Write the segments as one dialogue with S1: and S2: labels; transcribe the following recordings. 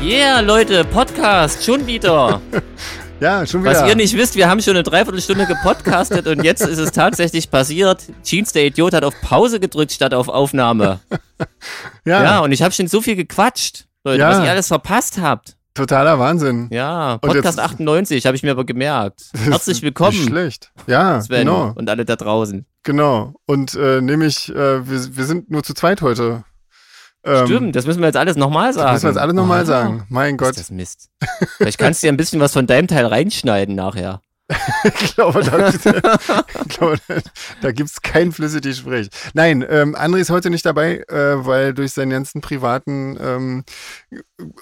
S1: Yeah, Leute, Podcast, schon wieder.
S2: Ja, schon wieder.
S1: Was ihr nicht wisst, wir haben schon eine Dreiviertelstunde gepodcastet und jetzt ist es tatsächlich passiert. Jeans, der Idiot, hat auf Pause gedrückt statt auf Aufnahme.
S2: ja,
S1: Ja, und ich habe schon so viel gequatscht, Leute,
S2: Ja.
S1: was ihr alles verpasst habt.
S2: totaler Wahnsinn.
S1: Ja,
S2: Und jetzt-
S1: Podcast 98, habe ich mir aber gemerkt. Herzlich
S2: Nicht
S1: willkommen,
S2: schlecht. Ja,
S1: Sven
S2: genau.
S1: und alle da draußen.
S2: Genau. Und äh, nämlich, äh, wir, wir sind nur zu zweit heute. Ähm,
S1: Stimmt, das müssen wir jetzt alles nochmal sagen.
S2: Das müssen wir jetzt alle nochmal
S1: Ah,
S2: sagen. Mein
S1: Ist
S2: Gott,
S1: das Mist. Vielleicht kannst du ja ein bisschen was von deinem Teil reinschneiden nachher.
S2: ich glaube, da, ich glaube, da, da gibt es kein flüssiges Gespräch. Nein, ähm, André ist heute nicht dabei, äh, weil durch seinen ganzen privaten ähm,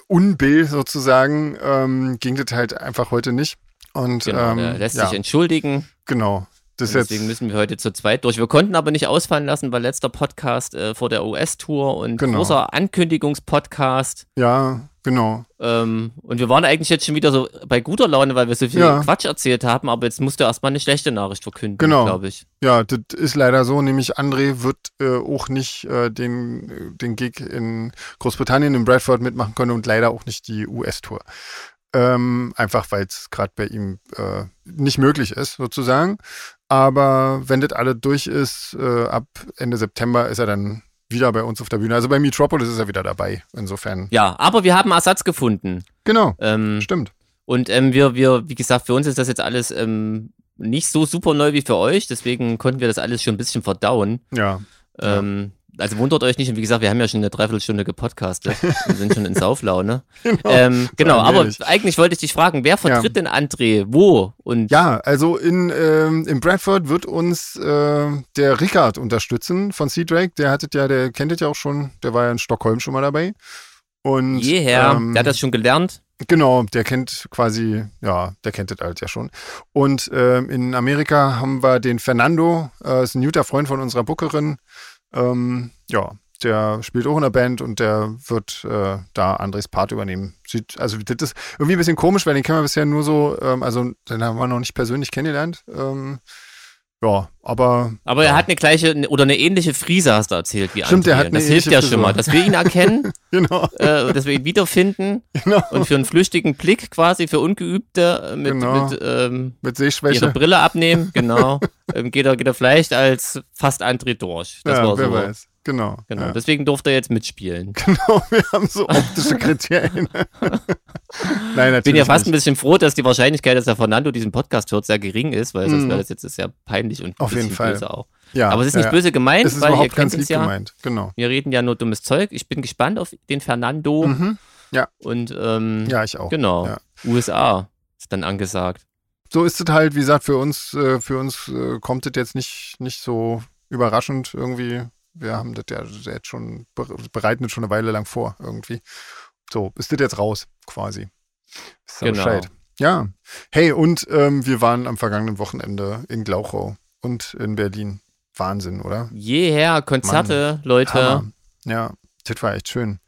S2: Unbill sozusagen ähm, ging das halt einfach heute nicht. Und
S1: Genau,
S2: ähm,
S1: der lässt
S2: ja,
S1: sich entschuldigen.
S2: genau. Das ist
S1: Deswegen
S2: jetzt,
S1: müssen wir heute zu zweit durch. Wir konnten aber nicht ausfallen lassen, weil letzter Podcast äh, vor der US-Tour und
S2: Genau.
S1: großer Ankündigungspodcast.
S2: ja, genau.
S1: Ähm, und wir waren eigentlich jetzt schon wieder so bei guter Laune, weil wir so viel
S2: Ja.
S1: Quatsch erzählt haben, aber jetzt musst du erstmal eine schlechte Nachricht verkünden,
S2: Genau.
S1: glaube ich.
S2: Ja, das ist leider so. Nämlich André wird äh, auch nicht äh, den, den Gig in Großbritannien, in Bradford mitmachen können und leider auch nicht die US-Tour. Ähm, einfach weil es gerade bei ihm äh, nicht möglich ist, sozusagen. Aber wenn das alles durch ist, äh, ab Ende September ist er dann wieder bei uns auf der Bühne. Also bei Metropolis ist er wieder dabei. Insofern.
S1: Ja, aber wir haben Ersatz gefunden.
S2: Genau,
S1: Ähm,
S2: stimmt.
S1: und ähm, wir, wir, wie gesagt, für uns ist das jetzt alles ähm, nicht so super neu wie für euch, deswegen konnten wir das alles schon ein bisschen verdauen.
S2: Ja. Ja.
S1: Ähm, also wundert euch nicht, und wie gesagt, wir haben ja schon eine Dreiviertelstunde gepodcastet und sind schon in Sauflaune.
S2: Genau.
S1: Ähm, genau, aber
S2: allmählich.
S1: eigentlich wollte ich dich fragen, wer vertritt denn André? Wo? Und
S2: Ja, also in, ähm, in Bradford wird uns äh, der Rickard unterstützen von Sea Drake. Der hattet ja, der kennt es ja auch schon, der war ja in Stockholm schon mal dabei. Und
S1: jeher,
S2: ähm,
S1: der hat das schon gelernt.
S2: Genau, der kennt quasi, ja, der kennt das halt ja schon. Und ähm, in Amerika haben wir den Fernando, äh, ist ein guter Freund von unserer Bookerin. Ähm, ja, der spielt auch in der Band und der wird äh, da Andres Part übernehmen. Sieht, also das ist irgendwie ein bisschen komisch, weil den kennen wir bisher nur so, ähm, also den haben wir noch nicht persönlich kennengelernt. Ähm, ja, aber
S1: Aber er hat eine gleiche ne, oder eine ähnliche Frise, hast du erzählt, wie
S2: Stimmt,
S1: André.
S2: der hat eine
S1: das hilft
S2: ähnliche
S1: ja
S2: Frisur.
S1: schon mal, dass wir ihn erkennen,
S2: genau,
S1: äh, dass wir ihn wiederfinden
S2: genau.
S1: und für einen flüchtigen Blick quasi, für Ungeübte äh, mit,
S2: Genau.
S1: mit ähm,
S2: Mit
S1: ihre
S2: Sehschwäche.
S1: Brille abnehmen, genau, ähm, geht, er, geht er vielleicht als fast André durch. Das
S2: ja,
S1: war
S2: wer
S1: so.
S2: weiß. Genau.
S1: Genau,
S2: ja.
S1: deswegen durfte er jetzt mitspielen.
S2: genau. Wir haben so optische Kriterien. Nein, natürlich.
S1: Ich bin ja fast ein
S2: nicht.
S1: bisschen froh, dass die Wahrscheinlichkeit, dass der Fernando diesen Podcast hört, sehr gering ist, weil sonst
S2: Mhm.
S1: wäre das jetzt sehr peinlich und ein
S2: Auf jeden
S1: bisschen
S2: Fall.
S1: böse auch.
S2: Ja,
S1: Aber es ist
S2: ja,
S1: nicht
S2: ja.
S1: böse gemeint,
S2: Es ist
S1: weil ihr
S2: überhaupt
S1: kennt
S2: ganz lieb
S1: uns ja.
S2: gemeint. Genau.
S1: Wir reden ja nur dummes Zeug. Ich bin gespannt auf den Fernando
S2: Mhm.
S1: und ähm,
S2: Ja, ich auch.
S1: genau,
S2: Ja.
S1: USA ist dann angesagt.
S2: So ist es halt, wie gesagt, für uns, äh, für uns äh, kommt es jetzt nicht, nicht so überraschend irgendwie. Wir haben das ja jetzt schon, be- bereiten das schon eine Weile lang vor irgendwie. So, ist das jetzt raus, quasi. Ist ja
S1: Genau.
S2: Bescheid. Ja. Hey, und ähm, wir waren am vergangenen Wochenende in Glauchau und in Berlin. Wahnsinn, oder?
S1: Jeher, Konzerte, Leute.
S2: Hammer. Ja, das war echt schön.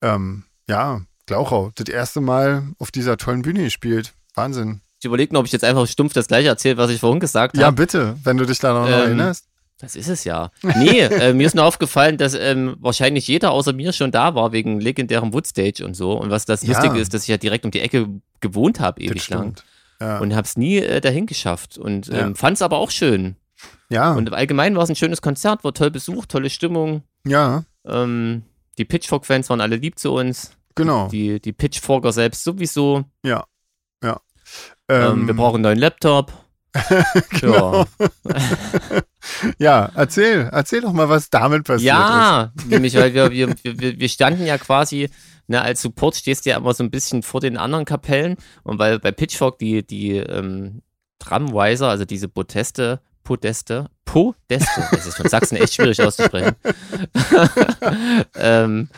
S2: Ähm, ja, Glauchau, das erste Mal auf dieser tollen Bühne gespielt. Wahnsinn.
S1: Ich überlege, ob ich jetzt einfach stumpf das gleiche erzähle, was ich vorhin gesagt
S2: Ja,
S1: habe.
S2: bitte, wenn du dich da noch
S1: Ähm,
S2: erinnerst.
S1: Das ist es ja. Nee, äh, mir ist nur aufgefallen, dass ähm, wahrscheinlich jeder außer mir schon da war wegen legendärem Woodstage und so. Und was das
S2: Ja.
S1: Lustige ist, dass ich ja direkt um die Ecke gewohnt habe
S2: Das
S1: ewig lang.
S2: stimmt. Ja.
S1: und hab's nie äh, dahin geschafft und ähm,
S2: Ja.
S1: fand's aber auch schön.
S2: ja,
S1: Und allgemein war es ein schönes Konzert, war toll besucht, tolle Stimmung.
S2: ja,
S1: Ähm, die Pitchfork-Fans waren alle lieb zu uns,
S2: genau.
S1: die, die Pitchforker selbst sowieso. Ähm,
S2: Ähm,
S1: wir brauchen einen neuen Laptop.
S2: Genau.
S1: Ja.
S2: ja, erzähl, erzähl doch mal, was damit passiert ist.
S1: Ja, nämlich, weil wir, wir, wir, wir standen ja quasi, ne, als Support stehst du ja immer so ein bisschen vor den anderen Kapellen und weil bei Pitchfork die, die ähm, Tramweiser, also diese Podeste, Podeste, Podeste, das ist von Sachsen echt schwierig auszusprechen, ähm,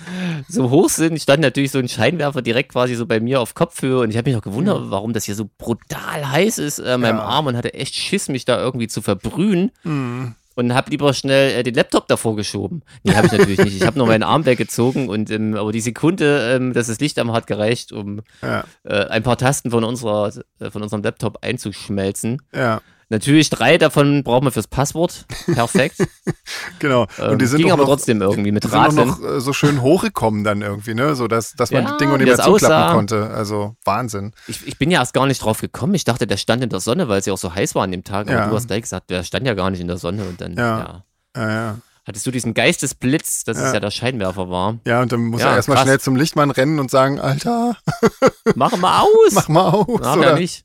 S1: so hoch sind, stand natürlich so ein Scheinwerfer direkt quasi so bei mir auf Kopfhöhe und ich habe mich noch gewundert, warum das hier so brutal heiß ist äh, an meinem
S2: Ja.
S1: Arm und hatte echt Schiss, mich da irgendwie zu verbrühen
S2: Mhm.
S1: und habe lieber schnell äh, den Laptop davor geschoben. Nee, habe ich natürlich nicht. Ich habe nur meinen Arm weggezogen und ähm, aber die Sekunde, ähm, dass das Licht am hat gereicht, um
S2: Ja,
S1: äh, ein paar Tasten von unserer äh, von unserem Laptop einzuschmelzen.
S2: ja,
S1: Natürlich drei davon brauchen wir fürs Passwort. Perfekt.
S2: Genau.
S1: Ähm,
S2: und die sind
S1: ging
S2: auch
S1: aber
S2: noch,
S1: trotzdem irgendwie mit
S2: die sind auch
S1: Radeln.
S2: noch äh, so schön hochgekommen dann irgendwie, ne? So dass, dass man
S1: Ja,
S2: das Ding auch
S1: wie
S2: nicht mehr
S1: das
S2: zuklappen
S1: aussah.
S2: konnte. Also Wahnsinn.
S1: Ich, ich bin ja erst gar nicht drauf gekommen. Ich dachte, der stand in der Sonne, weil es ja auch so heiß war an dem Tag. Aber
S2: Ja.
S1: du hast gleich gesagt, der stand ja gar nicht in der Sonne. Und dann
S2: Ja.
S1: ja,
S2: Ja, ja.
S1: hattest du diesen Geistesblitz, dass
S2: Ja.
S1: es ja der Scheinwerfer war.
S2: ja und dann muss
S1: Ja,
S2: er erstmal
S1: krass.
S2: schnell zum Lichtmann rennen und sagen, Alter,
S1: Mach mal aus!
S2: mach mal aus.
S1: Na,
S2: oder?
S1: der nicht.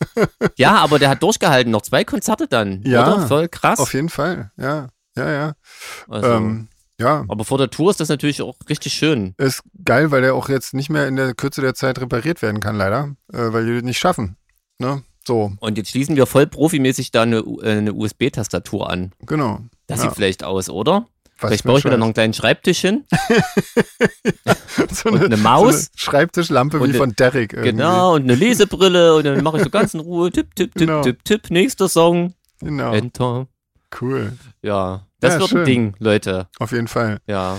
S1: Ja, aber der hat durchgehalten. Noch zwei Konzerte dann.
S2: Ja.
S1: Oder? Voll krass.
S2: Auf jeden Fall, ja. Ja, ja.
S1: Also, Oh.
S2: Ähm, ja.
S1: aber vor der Tour ist das natürlich auch richtig schön.
S2: Ist geil, weil der auch jetzt nicht mehr in der Kürze der Zeit repariert werden kann, leider. Äh, weil die das nicht schaffen. Ne? So,
S1: Und jetzt schließen wir voll profimäßig da eine, U- äh, eine USB-Tastatur an.
S2: genau.
S1: Das
S2: Ja.
S1: sieht vielleicht aus, oder?
S2: Was
S1: vielleicht baue ich mir da
S2: schon-
S1: noch einen kleinen Schreibtisch hin.
S2: so
S1: und eine Maus.
S2: So eine Schreibtischlampe
S1: Und
S2: wie
S1: eine-
S2: von Derek. Irgendwie.
S1: Genau, und eine Lesebrille. Und dann mache ich so ganz in Ruhe. Tipp, tipp, tipp,
S2: Genau.
S1: tipp, tipp. Nächster Song.
S2: Genau.
S1: Enter.
S2: Cool.
S1: Ja, das
S2: Ja,
S1: wird
S2: schön.
S1: ein Ding, Leute.
S2: Auf jeden Fall.
S1: Ja.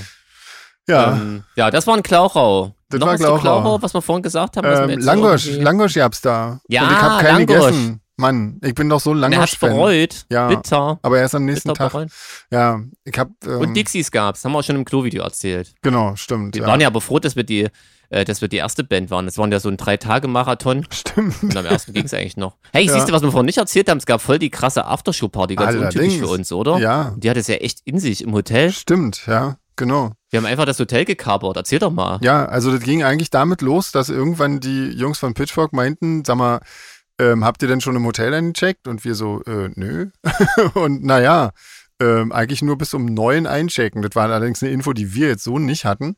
S2: Ja.
S1: Ähm, ja, das war ein Klauchau.
S2: Das
S1: noch
S2: war
S1: was zu
S2: Klauchau.
S1: was wir vorhin gesagt haben. was wir
S2: Ähm,
S1: jetzt so
S2: Langosch,
S1: irgendwie-
S2: Langosch gab's da.
S1: Ja,
S2: Und ich habe keinen
S1: Langosch.
S2: gegessen. Mann, ich bin doch so
S1: Und Er hat's
S2: Langosch-Fan.
S1: bereut.
S2: Ja.
S1: Bitter.
S2: Aber erst am nächsten
S1: Bitter
S2: Tag.
S1: bereut.
S2: Ja, ich habe. Ähm,
S1: Und Dixies gab's, haben wir auch schon im Klo-Video erzählt.
S2: Genau, stimmt.
S1: Wir
S2: Ja.
S1: waren ja aber froh, dass wir die, äh, dass wir die erste Band waren. Das waren ja so ein Drei-Tage-Marathon.
S2: Stimmt.
S1: Und am ersten ging's eigentlich noch. Hey,
S2: Ja.
S1: siehst du, was wir vorhin nicht erzählt haben? Es gab voll die krasse Aftershow-Party, ganz untypisch
S2: Allerdings.
S1: für uns, oder?
S2: Ja,
S1: Und Die hat es ja echt in sich im Hotel.
S2: stimmt. Ja, genau.
S1: Wir haben einfach das Hotel gekapert. Erzähl doch mal.
S2: Ja, also das ging eigentlich damit los, dass irgendwann die Jungs von Pitchfork meinten, sag mal, ähm, habt ihr denn schon im Hotel eingecheckt? Und wir so, äh, nö. und naja, ähm, eigentlich nur bis um neun einchecken. Das war allerdings eine Info, die wir jetzt so nicht hatten.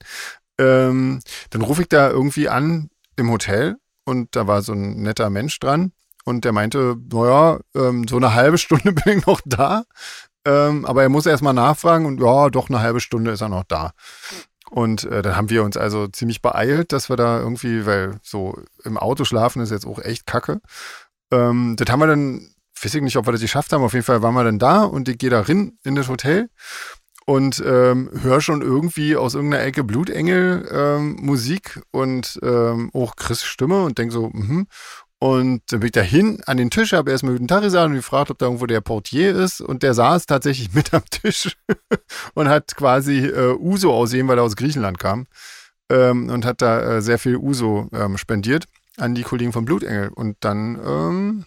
S2: Ähm, dann rufe ich da irgendwie an im Hotel und da war so ein netter Mensch dran und der meinte, naja, ähm, so eine halbe Stunde bin ich noch da. Ähm, aber er muss erstmal nachfragen und ja, doch eine halbe Stunde ist er noch da. Und äh, dann haben wir uns also ziemlich beeilt, dass wir da irgendwie, weil so im Auto schlafen ist jetzt auch echt kacke. Ähm, das haben wir dann, weiß ich nicht, ob wir das geschafft haben, auf jeden Fall waren wir dann da und ich gehe da rein in das Hotel und ähm, höre schon irgendwie aus irgendeiner Ecke Blutengel ähm, Musik und ähm, auch Chris Stimme und denke so, mhm. Und dann bin ich da hin an den Tisch, habe erstmal guten Tag gesagt und gefragt, ob da irgendwo der Portier ist. Und der saß tatsächlich mit am Tisch und hat quasi äh, Uso aussehen, weil er aus Griechenland kam ähm, und hat da äh, sehr viel Uso ähm, spendiert an die Kollegen von Blutengel. Und dann ähm,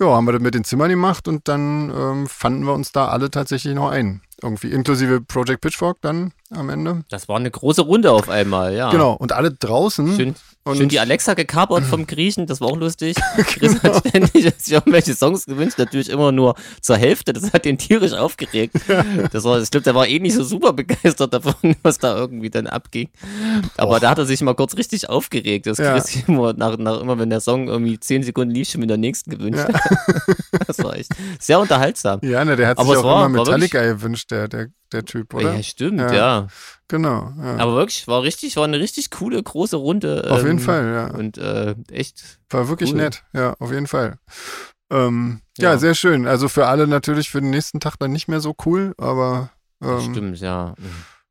S2: ja, haben wir das mit den Zimmern gemacht und dann ähm, fanden wir uns da alle tatsächlich noch ein. Irgendwie inklusive Project Pitchfork dann am Ende.
S1: Das war eine große Runde auf einmal, ja.
S2: Genau, und alle draußen.
S1: Ah. Schön,
S2: Mhm. Und- Genau.
S1: schön die Alexa gekapert vom Griechen, das war auch lustig. Chris hat ständig sich irgendwelche Songs gewünscht, natürlich immer nur zur Hälfte, das hat den tierisch aufgeregt. Das war, ich glaube, der war eh nicht so super begeistert davon, was da irgendwie dann abging. Aber da hat er sich mal kurz richtig aufgeregt, dass
S2: Ja.
S1: Chris immer, nach, nach, immer wenn der Song irgendwie 10 Sekunden lief, schon wieder den nächsten gewünscht
S2: Ja.
S1: hat. Das war echt sehr unterhaltsam.
S2: Ja, ne, der hat
S1: Aber
S2: sich
S1: es
S2: auch
S1: war-
S2: immer
S1: war wirklich-
S2: Metallica gewünscht, der, der, der Typ, oder?
S1: Ja, stimmt,
S2: Ja.
S1: ja.
S2: Genau. Ja.
S1: Aber wirklich, war richtig, war eine richtig coole, große Runde.
S2: Auf
S1: ähm,
S2: jeden Fall, ja.
S1: Und äh, echt
S2: War wirklich
S1: Cool.
S2: nett, ja, auf jeden Fall. Ähm, ja,
S1: Ja.
S2: sehr schön. Also für alle natürlich für den nächsten Tag dann nicht mehr so cool, aber
S1: das
S2: ähm,
S1: stimmt, ja.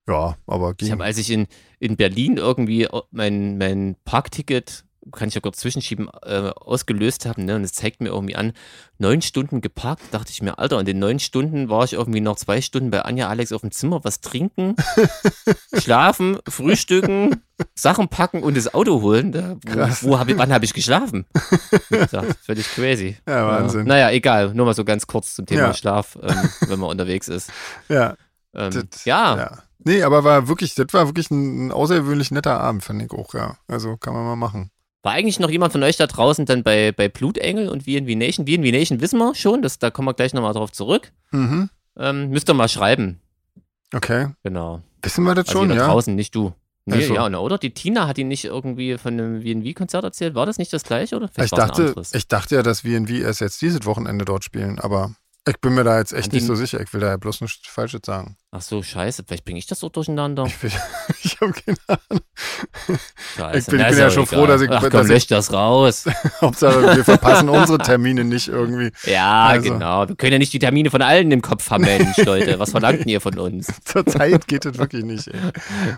S2: ja, aber
S1: Ich
S2: ging.
S1: habe, als ich in, in Berlin irgendwie au- mein, mein Parkticket, kann ich ja kurz zwischenschieben, äh, ausgelöst habe, ne? Und es zeigt mir irgendwie an, neun Stunden geparkt, dachte ich mir, Alter, und in neun Stunden war ich irgendwie noch zwei Stunden bei Anja Alex auf dem Zimmer, was trinken, schlafen, frühstücken, Sachen packen und das Auto holen. Da,
S2: Krass.
S1: wo wo hab ich, wann habe ich geschlafen? Wie gesagt, Völlig crazy.
S2: Ja, Wahnsinn.
S1: Naja, egal, nur mal so ganz kurz zum Thema
S2: Ja.
S1: Schlaf, ähm, wenn man unterwegs ist.
S2: Ja,
S1: Ähm,
S2: Das-
S1: ja,
S2: ja. Nee, aber war wirklich, das war wirklich ein, ein außergewöhnlich netter Abend, fand ich auch, ja. Also kann man mal machen.
S1: War eigentlich noch jemand von euch da draußen dann bei, bei Blutengel und wie in Nation? Wie in Nation wissen wir schon, das, da kommen wir gleich nochmal drauf zurück.
S2: Mhm.
S1: Ähm, müsst ihr mal schreiben.
S2: Okay.
S1: Genau.
S2: Wissen wir das
S1: Also
S2: schon,
S1: ihr da
S2: ja?
S1: draußen, nicht du. Nee,
S2: Also.
S1: ja, na, oder? Die Tina hat ihn nicht irgendwie von einem WNV-Konzert erzählt. War das nicht das gleiche oder?
S2: Ich
S1: war's ein
S2: dachte,
S1: anderes.
S2: ich dachte ja, dass wir in erst jetzt dieses Wochenende dort spielen, aber Ich bin mir da jetzt echt
S1: An
S2: nicht
S1: dem-
S2: so sicher. Ich will da ja bloß nichts Falsches sagen.
S1: Ach so, scheiße, vielleicht bringe ich das so durcheinander.
S2: Ich, bin- ich habe keine Ahnung.
S1: Scheiße,
S2: ich bin-
S1: na,
S2: ich bin
S1: ist
S2: ja
S1: auch
S2: schon
S1: egal.
S2: froh, dass ich-
S1: Ach komm,
S2: dass ich-
S1: lösch das raus.
S2: Hauptsache, wir verpassen unsere Termine nicht irgendwie.
S1: Ja,
S2: Also.
S1: genau. Wir können ja nicht die Termine von allen im Kopf haben, Mensch, Leute. Was verlangt ihr von uns?
S2: Zurzeit geht das wirklich nicht. Ey.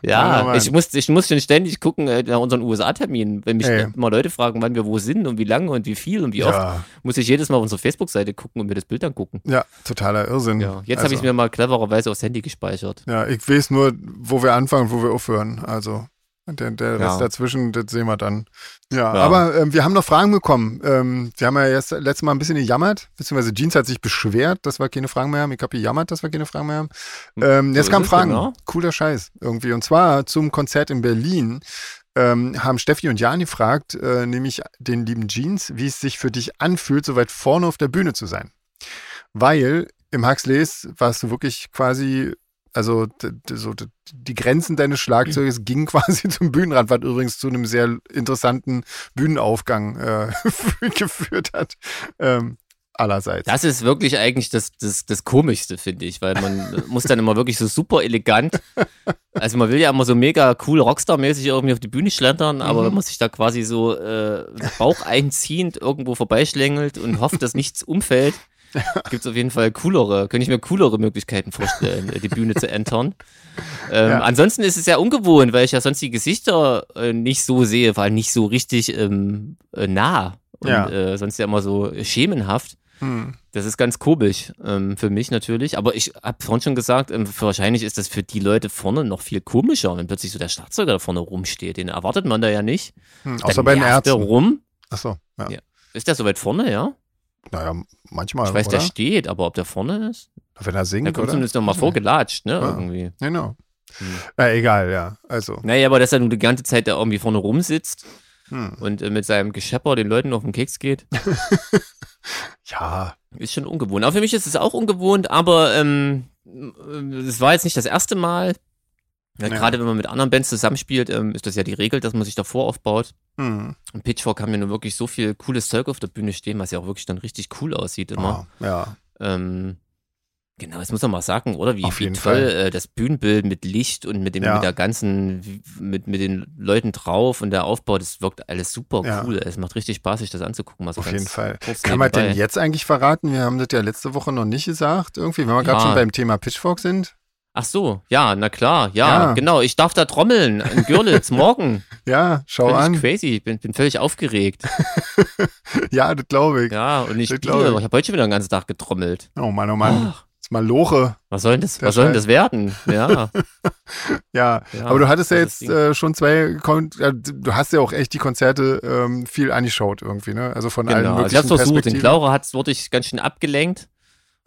S1: Ja,
S2: Ja, Mann.
S1: ich muss, ich muss schon ständig gucken äh, nach unseren USA-Terminen. Wenn mich
S2: Ey.
S1: immer Leute fragen, wann wir wo sind und wie lange und wie viel und wie oft,
S2: Ja,
S1: muss ich jedes Mal auf unsere Facebook-Seite gucken und mir das Bild angucken.
S2: ja, totaler Irrsinn.
S1: Ja, jetzt
S2: also.
S1: habe ich es mir mal clevererweise aufs Handy gespeichert.
S2: Ja, ich weiß nur, wo wir anfangen, wo wir aufhören. Also der, der
S1: Ja.
S2: Rest dazwischen, das sehen wir dann. Ja,
S1: Ja.
S2: aber ähm, wir haben noch Fragen bekommen. Ähm, wir haben ja jetzt letztes Mal ein bisschen gejammert, beziehungsweise Jeans hat sich beschwert, dass wir keine Fragen mehr haben. Ich habe gejammert, dass wir keine Fragen mehr haben. Ähm,
S1: Hm, So
S2: jetzt
S1: ist
S2: kamen
S1: es,
S2: Fragen.
S1: genau.
S2: Cooler Scheiß irgendwie. Und zwar zum Konzert in Berlin. Ähm, haben Steffi und Jan gefragt, äh, nämlich den lieben Jeans, wie es sich für dich anfühlt, so weit vorne auf der Bühne zu sein. Weil im Huxleys warst du wirklich quasi, also d- d- so d- die Grenzen deines Schlagzeuges gingen quasi zum Bühnenrand, was übrigens zu einem sehr interessanten Bühnenaufgang äh, geführt hat. Ähm, allerseits.
S1: Das ist wirklich eigentlich das, das, das Komischste, finde ich, weil man muss dann immer wirklich so super elegant. Also man will ja immer so mega cool Rockstar-mäßig irgendwie auf die Bühne schlendern, aber
S2: Mhm.
S1: man muss sich da quasi so äh, Bauch einziehend irgendwo vorbeischlängelt und hofft, dass nichts umfällt. Gibt es auf jeden Fall coolere, könnte ich mir coolere Möglichkeiten vorstellen, äh, die Bühne zu entern. Ähm,
S2: Ja.
S1: Ansonsten ist es ja ungewohnt, weil ich ja sonst die Gesichter äh, nicht so sehe, vor allem nicht so richtig ähm, äh, nah und
S2: Ja.
S1: äh, sonst ja immer so schemenhaft.
S2: Hm.
S1: Das ist ganz komisch ähm, für mich natürlich, aber ich habe vorhin schon gesagt, ähm, wahrscheinlich ist das für die Leute vorne noch viel komischer, wenn plötzlich so der Schlagzeuger da vorne rumsteht. Den erwartet man da ja nicht.
S2: Hm.
S1: Dann
S2: Außer bei den
S1: nervt
S2: Ärzten.
S1: der rum.
S2: Achso, ja.
S1: Ja. Ist der so weit vorne, ja?
S2: Naja, manchmal.
S1: Ich weiß,
S2: oder?
S1: der steht, aber ob der vorne ist?
S2: Wenn er singt,
S1: Der kommt
S2: oder?
S1: zumindest nochmal vorgelatscht, ne?
S2: Ah.
S1: Irgendwie.
S2: Genau.
S1: Hm.
S2: Äh, egal, ja. Also.
S1: Naja, aber dass er nun die ganze Zeit da irgendwie vorne rumsitzt
S2: Hm.
S1: und äh, mit seinem Geschepper den Leuten auf den Keks geht.
S2: Ja.
S1: Ist schon ungewohnt. Aber für mich ist es auch ungewohnt, aber ähm, es war jetzt nicht das erste Mal. Ja,
S2: Ja.
S1: Gerade wenn man mit anderen Bands zusammenspielt, ähm, ist das ja die Regel, dass man sich davor aufbaut.
S2: Hm.
S1: Und Pitchfork haben ja nun wirklich so viel cooles Zeug auf der Bühne stehen, was ja auch wirklich dann richtig cool aussieht immer.
S2: Ah, ja.
S1: Ähm, genau, das muss man mal sagen, oder? Wie,
S2: Auf jeden
S1: wie toll
S2: Fall.
S1: äh, das Bühnenbild mit Licht und mit, dem,
S2: Ja.
S1: mit der ganzen, mit, mit den Leuten drauf und der Aufbau, das wirkt alles super
S2: Ja.
S1: cool. Es macht richtig Spaß, sich das anzugucken. mal so
S2: Auf
S1: ganz
S2: jeden Fall.
S1: kurz
S2: Kann man
S1: nebenbei.
S2: denn jetzt eigentlich verraten? Wir haben das ja letzte Woche noch nicht gesagt, irgendwie, wenn wir gerade
S1: Ja.
S2: schon beim Thema Pitchfork sind.
S1: Ach so, ja, na klar, ja,
S2: Ja.
S1: genau. Ich darf da trommeln in Görlitz morgen.
S2: Ja, schau
S1: Völlig
S2: an.
S1: crazy, ich bin, bin völlig aufgeregt.
S2: Ja, das glaube ich.
S1: Ja, und ich
S2: Das glaub
S1: spiele.
S2: ich.
S1: Ich habe heute schon wieder den ganzen Tag getrommelt.
S2: Oh Mann, oh Mann.
S1: Ach,
S2: Ist mal Loche.
S1: was soll denn das,
S2: Der
S1: was soll denn das werden? Ja,
S2: Ja.
S1: ja.
S2: Aber du hattest ja
S1: das ist
S2: jetzt äh, schon zwei, Kon äh, du hast ja auch echt die Konzerte ähm, viel angeschaut irgendwie, ne? Also von allen
S1: Genau, also ich
S2: möglichen
S1: hab's versucht. In
S2: Perspektiven.
S1: Klaura hat's, wurde ich ganz schön abgelenkt.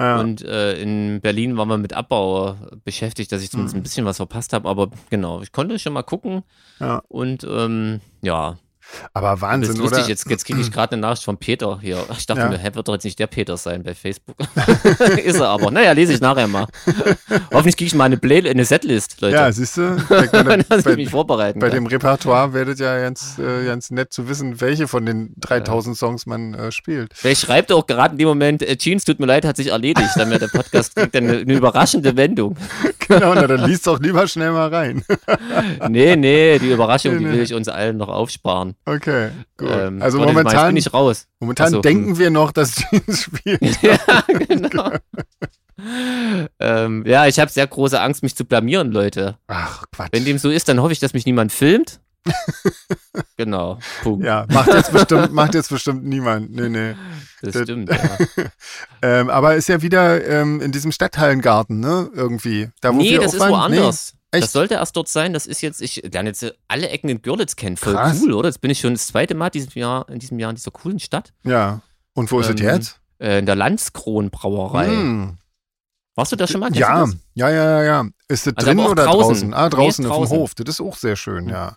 S2: ja.
S1: Und äh, in Berlin waren wir mit Abbau beschäftigt, dass ich zumindest
S2: Mhm.
S1: ein bisschen was verpasst habe. Aber genau, ich konnte schon mal gucken.
S2: Ja.
S1: Und ähm, ja,
S2: Aber
S1: Das
S2: Wahnsinn,
S1: ist
S2: oder?
S1: lustig, jetzt, jetzt kriege ich gerade eine Nachricht von Peter hier. Ich dachte
S2: Ja.
S1: mir, hä, wird doch jetzt nicht der Peter sein bei Facebook. ist er aber. Naja, lese ich nachher mal. Hoffentlich kriege ich mal eine, Play eine Setlist, Leute.
S2: ja, siehst du? Bei,
S1: dass ich
S2: bei,
S1: mich vorbereiten
S2: bei
S1: kann.
S2: dem Repertoire werdet ja ganz, äh, ganz nett zu wissen, welche von den 3000 Songs man äh, spielt.
S1: Vielleicht schreibt er auch gerade in dem Moment, äh, Jeans, tut mir leid, hat sich erledigt. Dann wäre der Podcast kriegt dann eine, eine überraschende Wendung.
S2: Genau, na, dann liest doch lieber schnell mal rein.
S1: Nee, nee, die Überraschung,
S2: Nee,
S1: die
S2: nee.
S1: will ich uns allen noch aufsparen.
S2: Okay, gut.
S1: Ähm,
S2: also
S1: warte, Ich meine, ich
S2: momentan,
S1: also, hm. bin nicht raus.
S2: momentan
S1: Ach so,
S2: denken wir noch, dass Jeans spielt.
S1: ja, genau. ähm, ja, ich habe sehr große Angst, mich zu blamieren, Leute.
S2: Ach, Quatsch.
S1: Wenn dem so ist, dann hoffe ich, dass mich niemand filmt. genau, Punkt.
S2: ja, macht jetzt bestimmt, macht jetzt bestimmt niemand. Nee, nee.
S1: das
S2: das-
S1: stimmt. Ja.
S2: Ähm, aber ist ja wieder ähm, in diesem Stadthallengarten, ne? Irgendwie. Da, wo
S1: nee,
S2: wir
S1: das
S2: auch
S1: ist
S2: waren.
S1: woanders.
S2: echt?
S1: Das sollte erst dort sein. Das ist jetzt, ich lerne jetzt alle Ecken in Görlitz kennen. Voll
S2: Krass.
S1: cool, oder? Jetzt bin ich schon das zweite Mal diesem Jahr, in diesem Jahr in dieser coolen Stadt.
S2: Nee. Ja. Und wo ist es
S1: Ähm,
S2: jetzt?
S1: Äh, in der Landskronbrauerei.
S2: Hm.
S1: Warst du da schon mal? Kennst
S2: Ja,
S1: du das?
S2: ja, ja, ja, ja. Ist das
S1: Also
S2: drin
S1: aber auch
S2: oder draußen?
S1: draußen.
S2: Ah, draußen
S1: Nee,
S2: auf dem
S1: draußen. Hm.
S2: Hof. Das ist auch sehr schön, ja.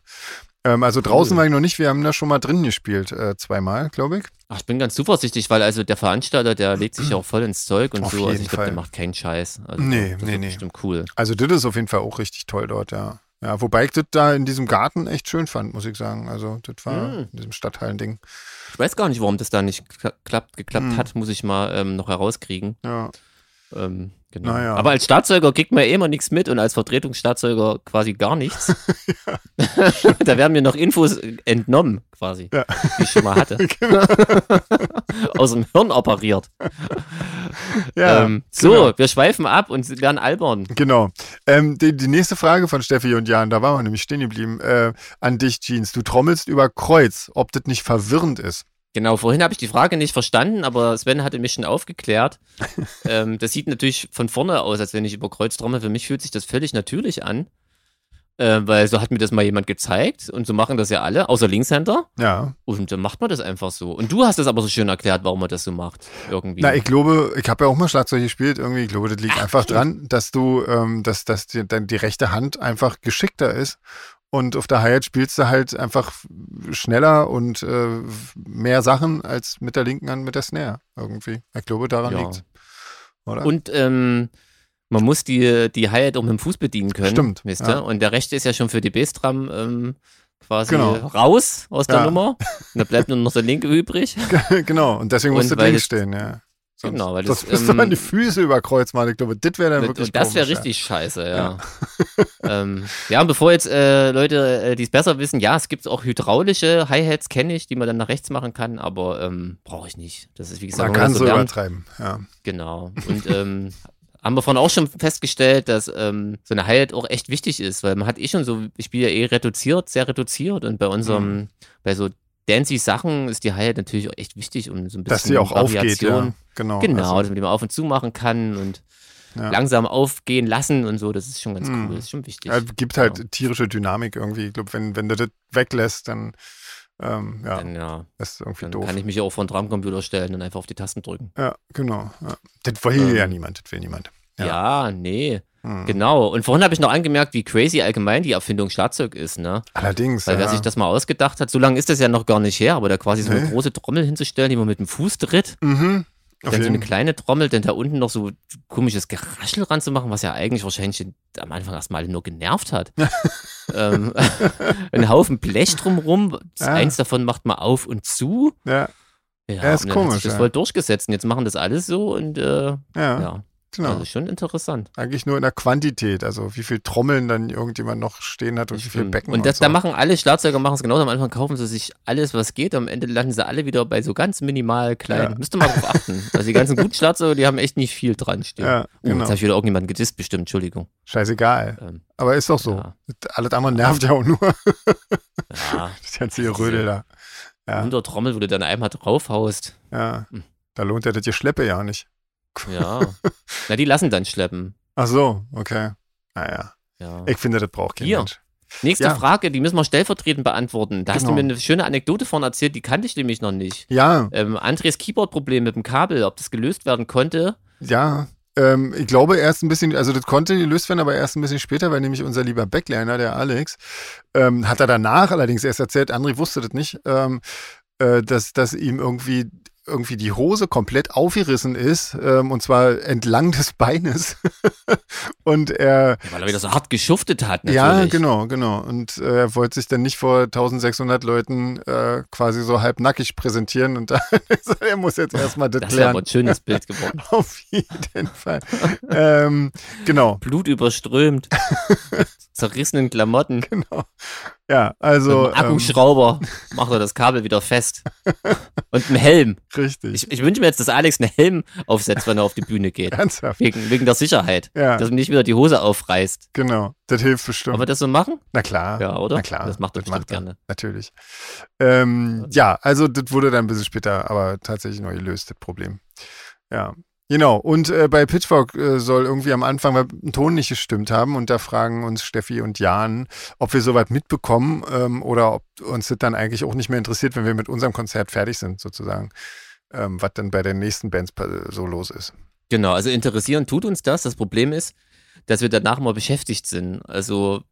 S2: Ähm, also draußen
S1: Cool.
S2: war ich noch nicht. Wir haben da schon mal drin gespielt, äh, zweimal, glaube ich.
S1: Ach, ich bin ganz zuversichtlich, weil also der Veranstalter, der legt sich ja auch voll ins Zeug und
S2: Auf
S1: so. Also
S2: jeden
S1: ich glaube, der
S2: Fall.
S1: macht keinen Scheiß. Also,
S2: Nee,
S1: das
S2: nee,
S1: wird
S2: nee.
S1: Bestimmt cool.
S2: Also das ist auf jeden Fall auch richtig toll dort, ja. Ja, wobei ich das da in diesem Garten echt schön fand, muss ich sagen. Also, das war
S1: Hm.
S2: in diesem Stadtteilending.
S1: Ich weiß gar nicht, warum das da nicht kla- klappt, geklappt
S2: Hm.
S1: hat, muss ich mal ähm, noch herauskriegen.
S2: Ja.
S1: Ähm, genau.
S2: Naja.
S1: Aber als Staatszeuger kriegt man ja eh immer nichts mit und als Vertretungsstaatszeuger quasi gar nichts. da werden mir noch Infos entnommen, quasi,
S2: Ja.
S1: die ich schon mal hatte. Aus dem Hirn operiert.
S2: ja.
S1: ähm, so,
S2: genau.
S1: wir schweifen ab und werden albern.
S2: Genau. Ähm, die, die nächste Frage von Steffi und Jan, da waren wir nämlich stehen geblieben, äh, an dich, Jeans. Du trommelst über Kreuz, ob das nicht verwirrend ist.
S1: Genau, vorhin habe ich die Frage nicht verstanden, aber Sven hatte mich schon aufgeklärt. ähm, das sieht natürlich von vorne aus, als wenn ich über Kreuz trommel. Für mich fühlt sich das völlig natürlich an, äh, weil so hat mir das mal jemand gezeigt und so machen das ja alle, außer Linkshänder.
S2: Ja.
S1: Und dann macht man das einfach so. Und du hast das aber so schön erklärt, warum man das so macht. Irgendwie.
S2: Na, ich glaube, ich habe ja auch mal Schlagzeug gespielt. Irgendwie, ich glaube, das liegt einfach dran, dass du, ähm, dass, dass dir dann die rechte Hand einfach geschickter ist. Und auf der Hi-Hat spielst du halt einfach schneller und äh, mehr Sachen als mit der linken Hand mit der Snare irgendwie. Ich glaube, daran
S1: Ja.
S2: liegt's. Oder?
S1: Und ähm, man muss die, die Hi-Hat auch mit dem Fuß bedienen können.
S2: Stimmt,
S1: Wisst
S2: ja.
S1: ihr? Und der rechte ist ja schon für die Bassdrum ähm, quasi
S2: Genau.
S1: raus aus der
S2: Ja.
S1: Nummer. Und da bleibt nur noch der linke übrig.
S2: genau, und deswegen
S1: Und
S2: musst du
S1: weil
S2: links
S1: das-
S2: stehen, ja. Sonst,
S1: Genau, weil das,
S2: sonst müsste man
S1: ähm,
S2: die Füße über Kreuz machen. Ich glaube, das wäre dann wirklich
S1: Und das wäre
S2: komisch,
S1: richtig scheiße, ja. Ja, ähm, ja und bevor jetzt äh, Leute, äh, die es besser wissen, ja, es gibt auch hydraulische Hi-Hats, kenne ich, die man dann nach rechts machen kann, aber ähm, brauche ich nicht. Das ist, wie
S2: Ja.
S1: gesagt,
S2: Man
S1: wenn
S2: kann so
S1: lernt,
S2: übertreiben, ja.
S1: Genau. Und ähm, haben wir vorhin auch schon festgestellt, dass ähm, so eine Hi-Hat auch echt wichtig ist, weil man hat eh schon so, ich spiele ja eh reduziert, sehr reduziert und bei unserem,
S2: Mhm.
S1: bei so dancy Sachen ist die Hi-Hat natürlich auch echt wichtig, um so ein bisschen
S2: Dass die auch aufgeht, ja.
S1: Variation-
S2: Genau.
S1: Genau,
S2: Also,
S1: dass man die mal auf und zu machen kann und
S2: Ja.
S1: langsam aufgehen lassen und so, das ist schon ganz
S2: Mhm.
S1: cool, das ist schon wichtig.
S2: ja, gibt halt
S1: Genau.
S2: tierische Dynamik irgendwie. Ich glaube, wenn, wenn du das weglässt, dann ähm, ja,
S1: Dann, ja,
S2: ist irgendwie
S1: dann
S2: doof.
S1: kann ich mich auch vor einen Drumcomputer stellen und einfach auf die Tasten drücken.
S2: ja, genau. Ja. Das will
S1: Ähm,
S2: ja niemand, das will niemand.
S1: Ja, nee,
S2: Hm.
S1: genau. Und vorhin habe ich noch angemerkt, wie crazy allgemein die Erfindung Schlagzeug ist, ne?
S2: Allerdings,
S1: Weil
S2: ja.
S1: wer sich das mal ausgedacht hat, so lange ist das ja noch gar nicht her, aber da quasi so eine
S2: Nee.
S1: große Trommel hinzustellen, die man mit dem Fuß tritt,
S2: mhm. Auf
S1: dann so eine
S2: jeden
S1: kleine Trommel, dann da unten noch so komisches Geraschel ranzumachen, was ja eigentlich wahrscheinlich am Anfang erstmal nur genervt hat. ähm, ein Haufen Blech drumrum, das
S2: Ja.
S1: eins davon macht man auf und zu.
S2: Ja, Ja, ist
S1: und dann hat
S2: komisch,
S1: sich das
S2: ja.
S1: voll durchgesetzt und jetzt machen das alles so und äh,
S2: ja,
S1: ja,
S2: genau.
S1: also schon interessant.
S2: Eigentlich nur in der Quantität, also wie viel Trommeln dann irgendjemand noch stehen hat und wie viel
S1: Stimmt.
S2: Becken.
S1: und das,
S2: so.
S1: da machen alle Schlagzeuger machen es genauso. Am Anfang kaufen sie sich alles, was geht. Am Ende landen sie alle wieder bei so ganz minimal klein.
S2: Ja.
S1: Müsste mal drauf achten. Also die ganzen guten Schlagzeuger, die haben echt nicht viel dran stehen.
S2: Ja,
S1: Oh,
S2: genau.
S1: jetzt habe ich wieder irgendjemanden gedisst, bestimmt. Entschuldigung.
S2: Scheißegal.
S1: Ähm,
S2: Aber ist doch so.
S1: Ja.
S2: Alles andere nervt ja auch nur.
S1: Ja,
S2: Das ganze Gerödel da. Ja.
S1: 100 Trommel, wo du dann einmal draufhaust.
S2: Ja.
S1: Hm.
S2: Da lohnt ja das Geschleppe ja nicht.
S1: Ja. Na, die lassen dann schleppen.
S2: Ach so, okay. Naja,
S1: Ja.
S2: ich finde, das braucht kein
S1: Hier.
S2: Mensch.
S1: Nächste
S2: Äh, ja.
S1: Frage, die müssen wir stellvertretend beantworten. Da hast du
S2: Genau.
S1: mir eine schöne Anekdote von erzählt, die kannte ich nämlich noch nicht.
S2: Ja,
S1: Ähm, Andres Keyboard-Problem mit dem Kabel, ob das gelöst werden konnte.
S2: ja. Ähm, ich glaube erst ein bisschen, also das konnte gelöst werden, aber erst ein bisschen später, weil nämlich unser lieber Backliner, der Alex, ähm, hat er danach allerdings erst erzählt, André wusste das nicht, ähm, äh, dass, dass ihm irgendwie irgendwie die Hose komplett aufgerissen ist, ähm, und zwar entlang des Beines. und er
S1: Ja, weil er wieder so hart geschuftet hat, natürlich.
S2: Ja, genau, genau. Und äh, er wollte sich dann nicht vor 1600 Leuten äh, quasi so halbnackig präsentieren und da, er muss jetzt erstmal das,
S1: Das wäre aber
S2: klären.
S1: ein schönes Bild geworden.
S2: Auf jeden Fall. ähm, genau,
S1: Blut überströmt, mit zerrissenen Klamotten,
S2: genau. Ja,
S1: so,
S2: also
S1: mit einem
S2: ähm,
S1: Akkuschrauber macht er das Kabel wieder fest. Und einen Helm.
S2: richtig.
S1: Ich, ich wünsche mir jetzt, dass Alex einen Helm aufsetzt, wenn er auf die Bühne geht.
S2: Ernsthaft.
S1: Wegen, wegen der Sicherheit.
S2: Ja,
S1: Dass ihm nicht wieder die Hose aufreißt.
S2: genau. Das hilft
S1: Wollen
S2: bestimmt.
S1: wir das so machen?
S2: Na klar.
S1: Ja, oder?
S2: Na klar.
S1: Das macht er bestimmt
S2: er,
S1: gerne.
S2: Natürlich. Ähm, ja, also das wurde dann ein bisschen später, aber tatsächlich noch gelöst, das Problem. Ja. Genau, und äh, bei Pitchfork äh, soll irgendwie am Anfang mal ein Ton nicht gestimmt haben und da fragen uns Steffi und Jan, ob wir soweit mitbekommen ähm, oder ob uns das dann eigentlich auch nicht mehr interessiert, wenn wir mit unserem Konzert fertig sind, sozusagen, ähm, was dann bei den nächsten Bands pa- so los ist.
S1: Genau, also interessieren tut uns das. Das Problem ist, dass wir danach mal beschäftigt sind. Also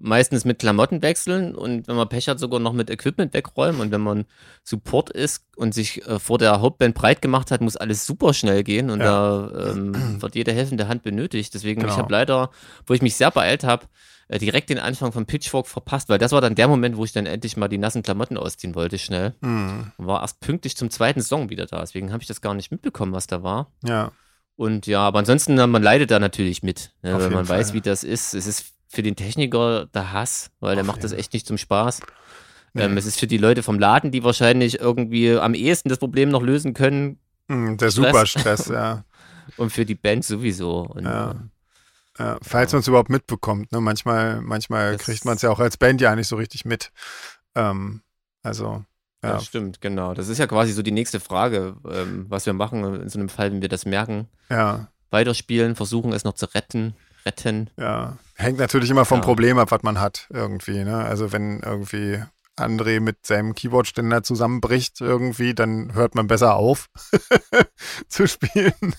S1: meistens mit Klamotten wechseln und wenn man Pech hat, sogar noch mit Equipment wegräumen. Und wenn man Support ist und sich äh, vor der Hauptband breit gemacht hat, muss alles super schnell gehen und
S2: Ja.
S1: da ähm, wird jede helfende Hand benötigt. Deswegen,
S2: Genau.
S1: ich habe leider, wo ich mich sehr beeilt habe, äh, direkt den Anfang von Pitchfork verpasst, weil das war dann der Moment, wo ich dann endlich mal die nassen Klamotten ausziehen wollte, schnell.
S2: Hm.
S1: Und war erst pünktlich zum zweiten Song wieder da. Deswegen habe ich das gar nicht mitbekommen, was da war.
S2: Ja,
S1: Und ja, aber ansonsten, na, man leidet da natürlich mit, ne,
S2: Auf
S1: wenn
S2: jeden
S1: man weiß,
S2: Fall.
S1: wie das ist. Es ist für den Techniker der Hass, weil der
S2: Auf
S1: macht das
S2: jeden
S1: echt nicht zum Spaß.
S2: Nee.
S1: Ähm, es ist für die Leute vom Laden, die wahrscheinlich irgendwie am ehesten das Problem noch lösen können
S2: Hm, der
S1: Stress.
S2: Superstress, ja.
S1: und für die Band sowieso. Und,
S2: Ja.
S1: äh,
S2: Ja, falls man es überhaupt mitbekommt. Ne? Manchmal, manchmal
S1: Das-
S2: kriegt man es ja auch als Band ja nicht so richtig mit. Ähm, also,
S1: Ja.
S2: ja,
S1: stimmt, genau. Das ist ja quasi so die nächste Frage, ähm, was wir machen in so einem Fall, wenn wir das merken.
S2: ja,
S1: Weiterspielen, versuchen es noch zu retten, retten.
S2: ja. Hängt natürlich immer vom
S1: Ja.
S2: Problem ab, was man hat irgendwie. Ne? Also wenn irgendwie André mit seinem Keyboardständer zusammenbricht irgendwie, dann hört man besser auf zu spielen.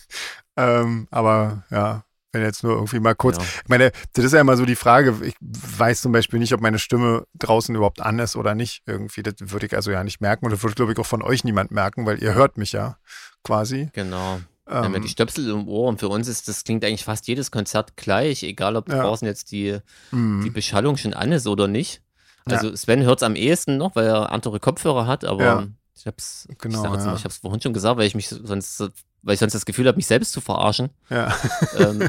S2: Ähm, aber ja, wenn jetzt nur irgendwie mal kurz
S1: Ja.
S2: Ich meine, das ist ja immer so die Frage. Ich weiß zum Beispiel nicht, ob meine Stimme draußen überhaupt an ist oder nicht. Irgendwie, das würde ich also ja nicht merken. Und das würde, glaube ich, auch von euch niemand merken, weil ihr hört mich ja quasi.
S1: Genau. Wir haben ja
S2: Ähm,
S1: die Stöpsel im Ohr und für uns ist das klingt eigentlich fast jedes Konzert gleich, egal ob
S2: Ja.
S1: draußen jetzt die,
S2: mh,
S1: die Beschallung schon an ist oder nicht.
S2: Hm. Ja.
S1: Also Sven hört es am ehesten noch, weil er andere Kopfhörer hat, aber
S2: Ja.
S1: ich hab's,
S2: Genau,
S1: ich, sag jetzt mal,
S2: ja.
S1: ich hab's vorhin schon gesagt, weil ich mich sonst, weil ich sonst das Gefühl habe, mich selbst zu verarschen.
S2: ja.
S1: ähm,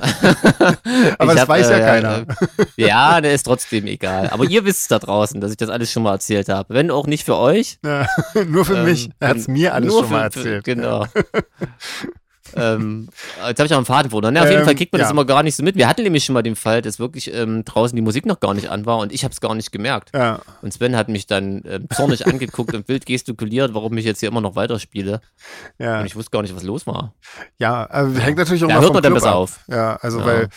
S2: Aber
S1: ich
S2: das
S1: hab,
S2: weiß ja
S1: äh,
S2: keiner.
S1: Äh, ja, der ist trotzdem egal. Aber ihr wisst da draußen, dass ich das alles schon mal erzählt habe. Wenn auch nicht für euch.
S2: Ja. nur für
S1: ähm,
S2: mich. Er hat es
S1: dann
S2: mir alles
S1: nur
S2: schon mal
S1: für-
S2: erzählt.
S1: Für, genau. ähm, jetzt habe ich auch einen Faden verloren. Ne, auf jeden
S2: Ähm,
S1: Fall kriegt man das
S2: ja.
S1: immer gar nicht so mit. Wir hatten nämlich schon mal den Fall, dass wirklich ähm, draußen die Musik noch gar nicht an war und ich habe es gar nicht gemerkt.
S2: Ja.
S1: Und Sven hat mich dann ähm, zornig angeguckt und wild gestikuliert, warum ich jetzt hier immer noch weiterspiele.
S2: Ja,
S1: Und ich wusste gar nicht, was los war.
S2: ja. Also, hängt natürlich auch
S1: Da
S2: immer
S1: hört
S2: vom
S1: man dann
S2: Club
S1: besser
S2: ab.
S1: auf.
S2: Ja, also
S1: Ja.
S2: weil,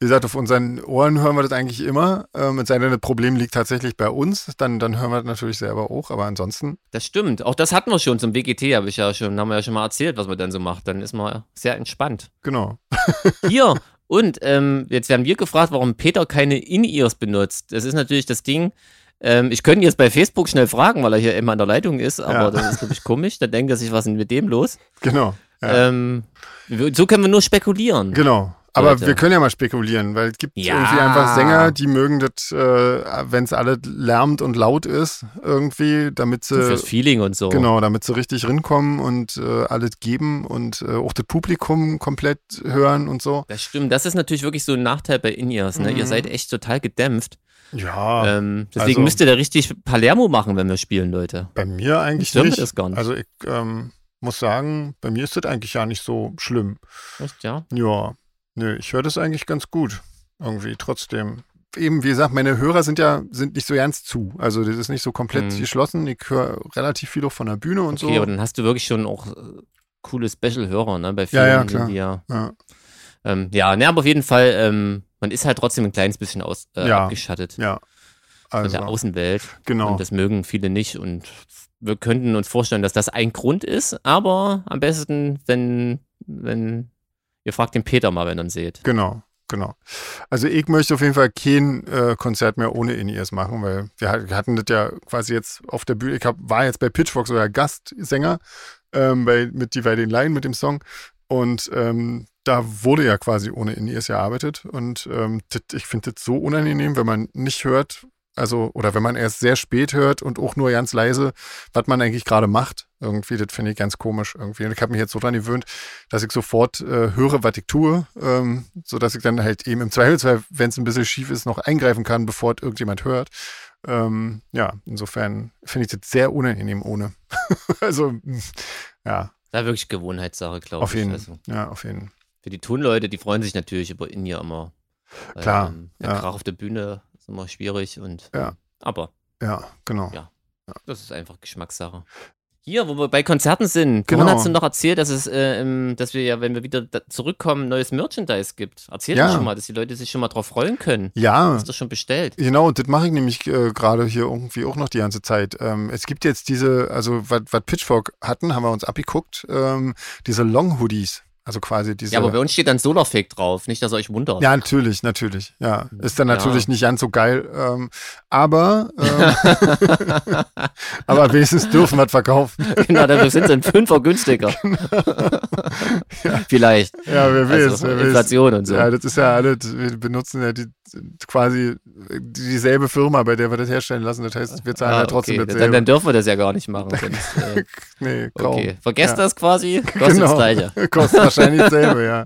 S2: wie gesagt, auf unseren Ohren hören wir das eigentlich immer. Ähm, es sei denn, das Problem liegt tatsächlich bei uns, dann, dann hören wir das natürlich selber auch. Aber ansonsten,
S1: Das stimmt. Auch das hatten wir schon zum WGT, habe ich ja schon, haben wir ja schon mal erzählt, was man dann so macht. Dann ist man sehr entspannt.
S2: genau.
S1: Hier. Und ähm, jetzt werden wir gefragt, warum Peter keine In-Ears benutzt. Das ist natürlich das Ding. Ähm, ich könnte ihn jetzt bei Facebook schnell fragen, weil er hier immer in der Leitung ist, aber
S2: Ja.
S1: das ist, glaube ich, komisch. Da denkt er sich, was ist denn mit dem los?
S2: Genau. Ja.
S1: Ähm, wir- so können wir nur spekulieren.
S2: Genau. Aber
S1: Leute.
S2: wir können ja mal spekulieren, weil es gibt
S1: Ja.
S2: irgendwie einfach Sänger, die mögen das, äh, wenn es alles lärmt und laut ist, irgendwie, damit
S1: So
S2: sie,
S1: Fürs Feeling und so.
S2: genau, damit sie richtig rinkommen und äh, alles geben und äh, auch das Publikum komplett hören und so.
S1: Das stimmt. Das ist natürlich wirklich so ein Nachteil bei In-Ears. Ne?
S2: Mhm.
S1: Ihr seid echt total gedämpft.
S2: Ja,
S1: ähm, deswegen
S2: also-
S1: müsst ihr da richtig Palermo machen, wenn wir spielen, Leute.
S2: bei mir eigentlich
S1: Ich höre
S2: nicht.
S1: das gar nicht.
S2: Also ich ähm, muss sagen, bei mir ist das eigentlich ja nicht so schlimm.
S1: Echt, ja?
S2: Ja, nö, ich höre das eigentlich ganz gut. Irgendwie trotzdem. Eben, wie gesagt, meine Hörer sind ja sind nicht so ganz zu. Also das ist nicht so komplett
S1: Hm.
S2: geschlossen. Ich höre relativ viel auch von der Bühne und
S1: Okay,
S2: so.
S1: aber dann hast du wirklich schon auch äh, coole Special-Hörer, ne? Bei vielen,
S2: Ja, ja,
S1: sind
S2: klar.
S1: die ja.
S2: Ja.
S1: Ähm, ja, ne, aber auf jeden Fall, ähm, man ist halt trotzdem ein kleines bisschen aus, äh,
S2: Ja.
S1: abgeschattet
S2: ja.
S1: von der
S2: Also,
S1: Außenwelt.
S2: genau.
S1: Und das mögen viele nicht. Und wir könnten uns vorstellen, dass das ein Grund ist, aber am besten, wenn, wenn, ihr fragt den Peter mal, wenn ihr ihn seht.
S2: Genau, genau. Also ich möchte auf jeden Fall kein äh, Konzert mehr ohne In-Ears machen, weil wir hat- wir hatten das ja quasi jetzt auf der Bühne. Ich hab, war jetzt bei Pitchfork sogar Gastsänger ähm, bei, mit Die bei den Laien mit dem Song. Und ähm, da wurde ja quasi ohne In-Ears gearbeitet. Und ähm, das, ich finde das so unangenehm, wenn man nicht hört, also, oder wenn man erst sehr spät hört und auch nur ganz leise, was man eigentlich gerade macht. Irgendwie, das finde ich ganz komisch irgendwie. Und ich habe mich jetzt so dran gewöhnt, dass ich sofort äh, höre, was ich tue, ähm, sodass ich dann halt eben im Zweifelsfall, wenn es ein bisschen schief ist, noch eingreifen kann, bevor es irgendjemand hört. Ähm, ja, insofern finde ich das sehr unangenehm ohne. also, mh, ja,
S1: Da wirklich Gewohnheitssache, glaube ich.
S2: auf jeden
S1: Also
S2: Fall. Ja, auf jeden
S1: für die Tonleute, die freuen sich natürlich über ihn ja immer. Weil,
S2: Klar,
S1: Ähm,
S2: ja.
S1: Krach auf der Bühne ist immer schwierig und.
S2: Ja.
S1: Aber.
S2: Ja, genau.
S1: Ja. Das ist einfach Geschmackssache. Hier, wo wir bei Konzerten sind.
S2: Genau.
S1: Genau. Vorhin hast du noch erzählt, dass es, äh, ähm, dass wir ja, wenn wir wieder da zurückkommen, neues Merchandise gibt. Erzähl
S2: Ja.
S1: doch schon mal, dass die Leute sich schon mal drauf freuen können.
S2: Ja,
S1: Hast du das schon bestellt?
S2: Genau, das mache ich nämlich äh, gerade hier irgendwie auch noch die ganze Zeit. Ähm, es gibt jetzt diese, also was Pitchfork hatten, haben wir uns abgeguckt, ähm, diese Long Hoodies. Also quasi diese.
S1: Ja, aber bei uns steht dann Solarfake drauf, nicht, dass ihr euch wundert.
S2: Ja, natürlich, natürlich. Ja, ist dann natürlich nicht ganz so geil. Ähm, aber, ähm, aber wenigstens dürfen wir es verkaufen.
S1: Genau, dafür sind sie ein Fünfer günstiger. Vielleicht.
S2: Ja, Genau. wer weiß,
S1: also,
S2: wer weiß.
S1: Inflation und so.
S2: Ja, das ist ja alles, wir benutzen ja die, quasi dieselbe Firma, bei der wir das herstellen lassen. Das heißt, wir zahlen
S1: Ah,
S2: ja trotzdem
S1: okay. dann,
S2: dasselbe.
S1: dann dürfen wir das ja gar nicht machen. Sonst, äh,
S2: nee, kaum.
S1: okay, vergesst
S2: Ja. Genau.
S1: das quasi, kostet das Gleiche.
S2: Kostet wahrscheinlich dasselbe, ja.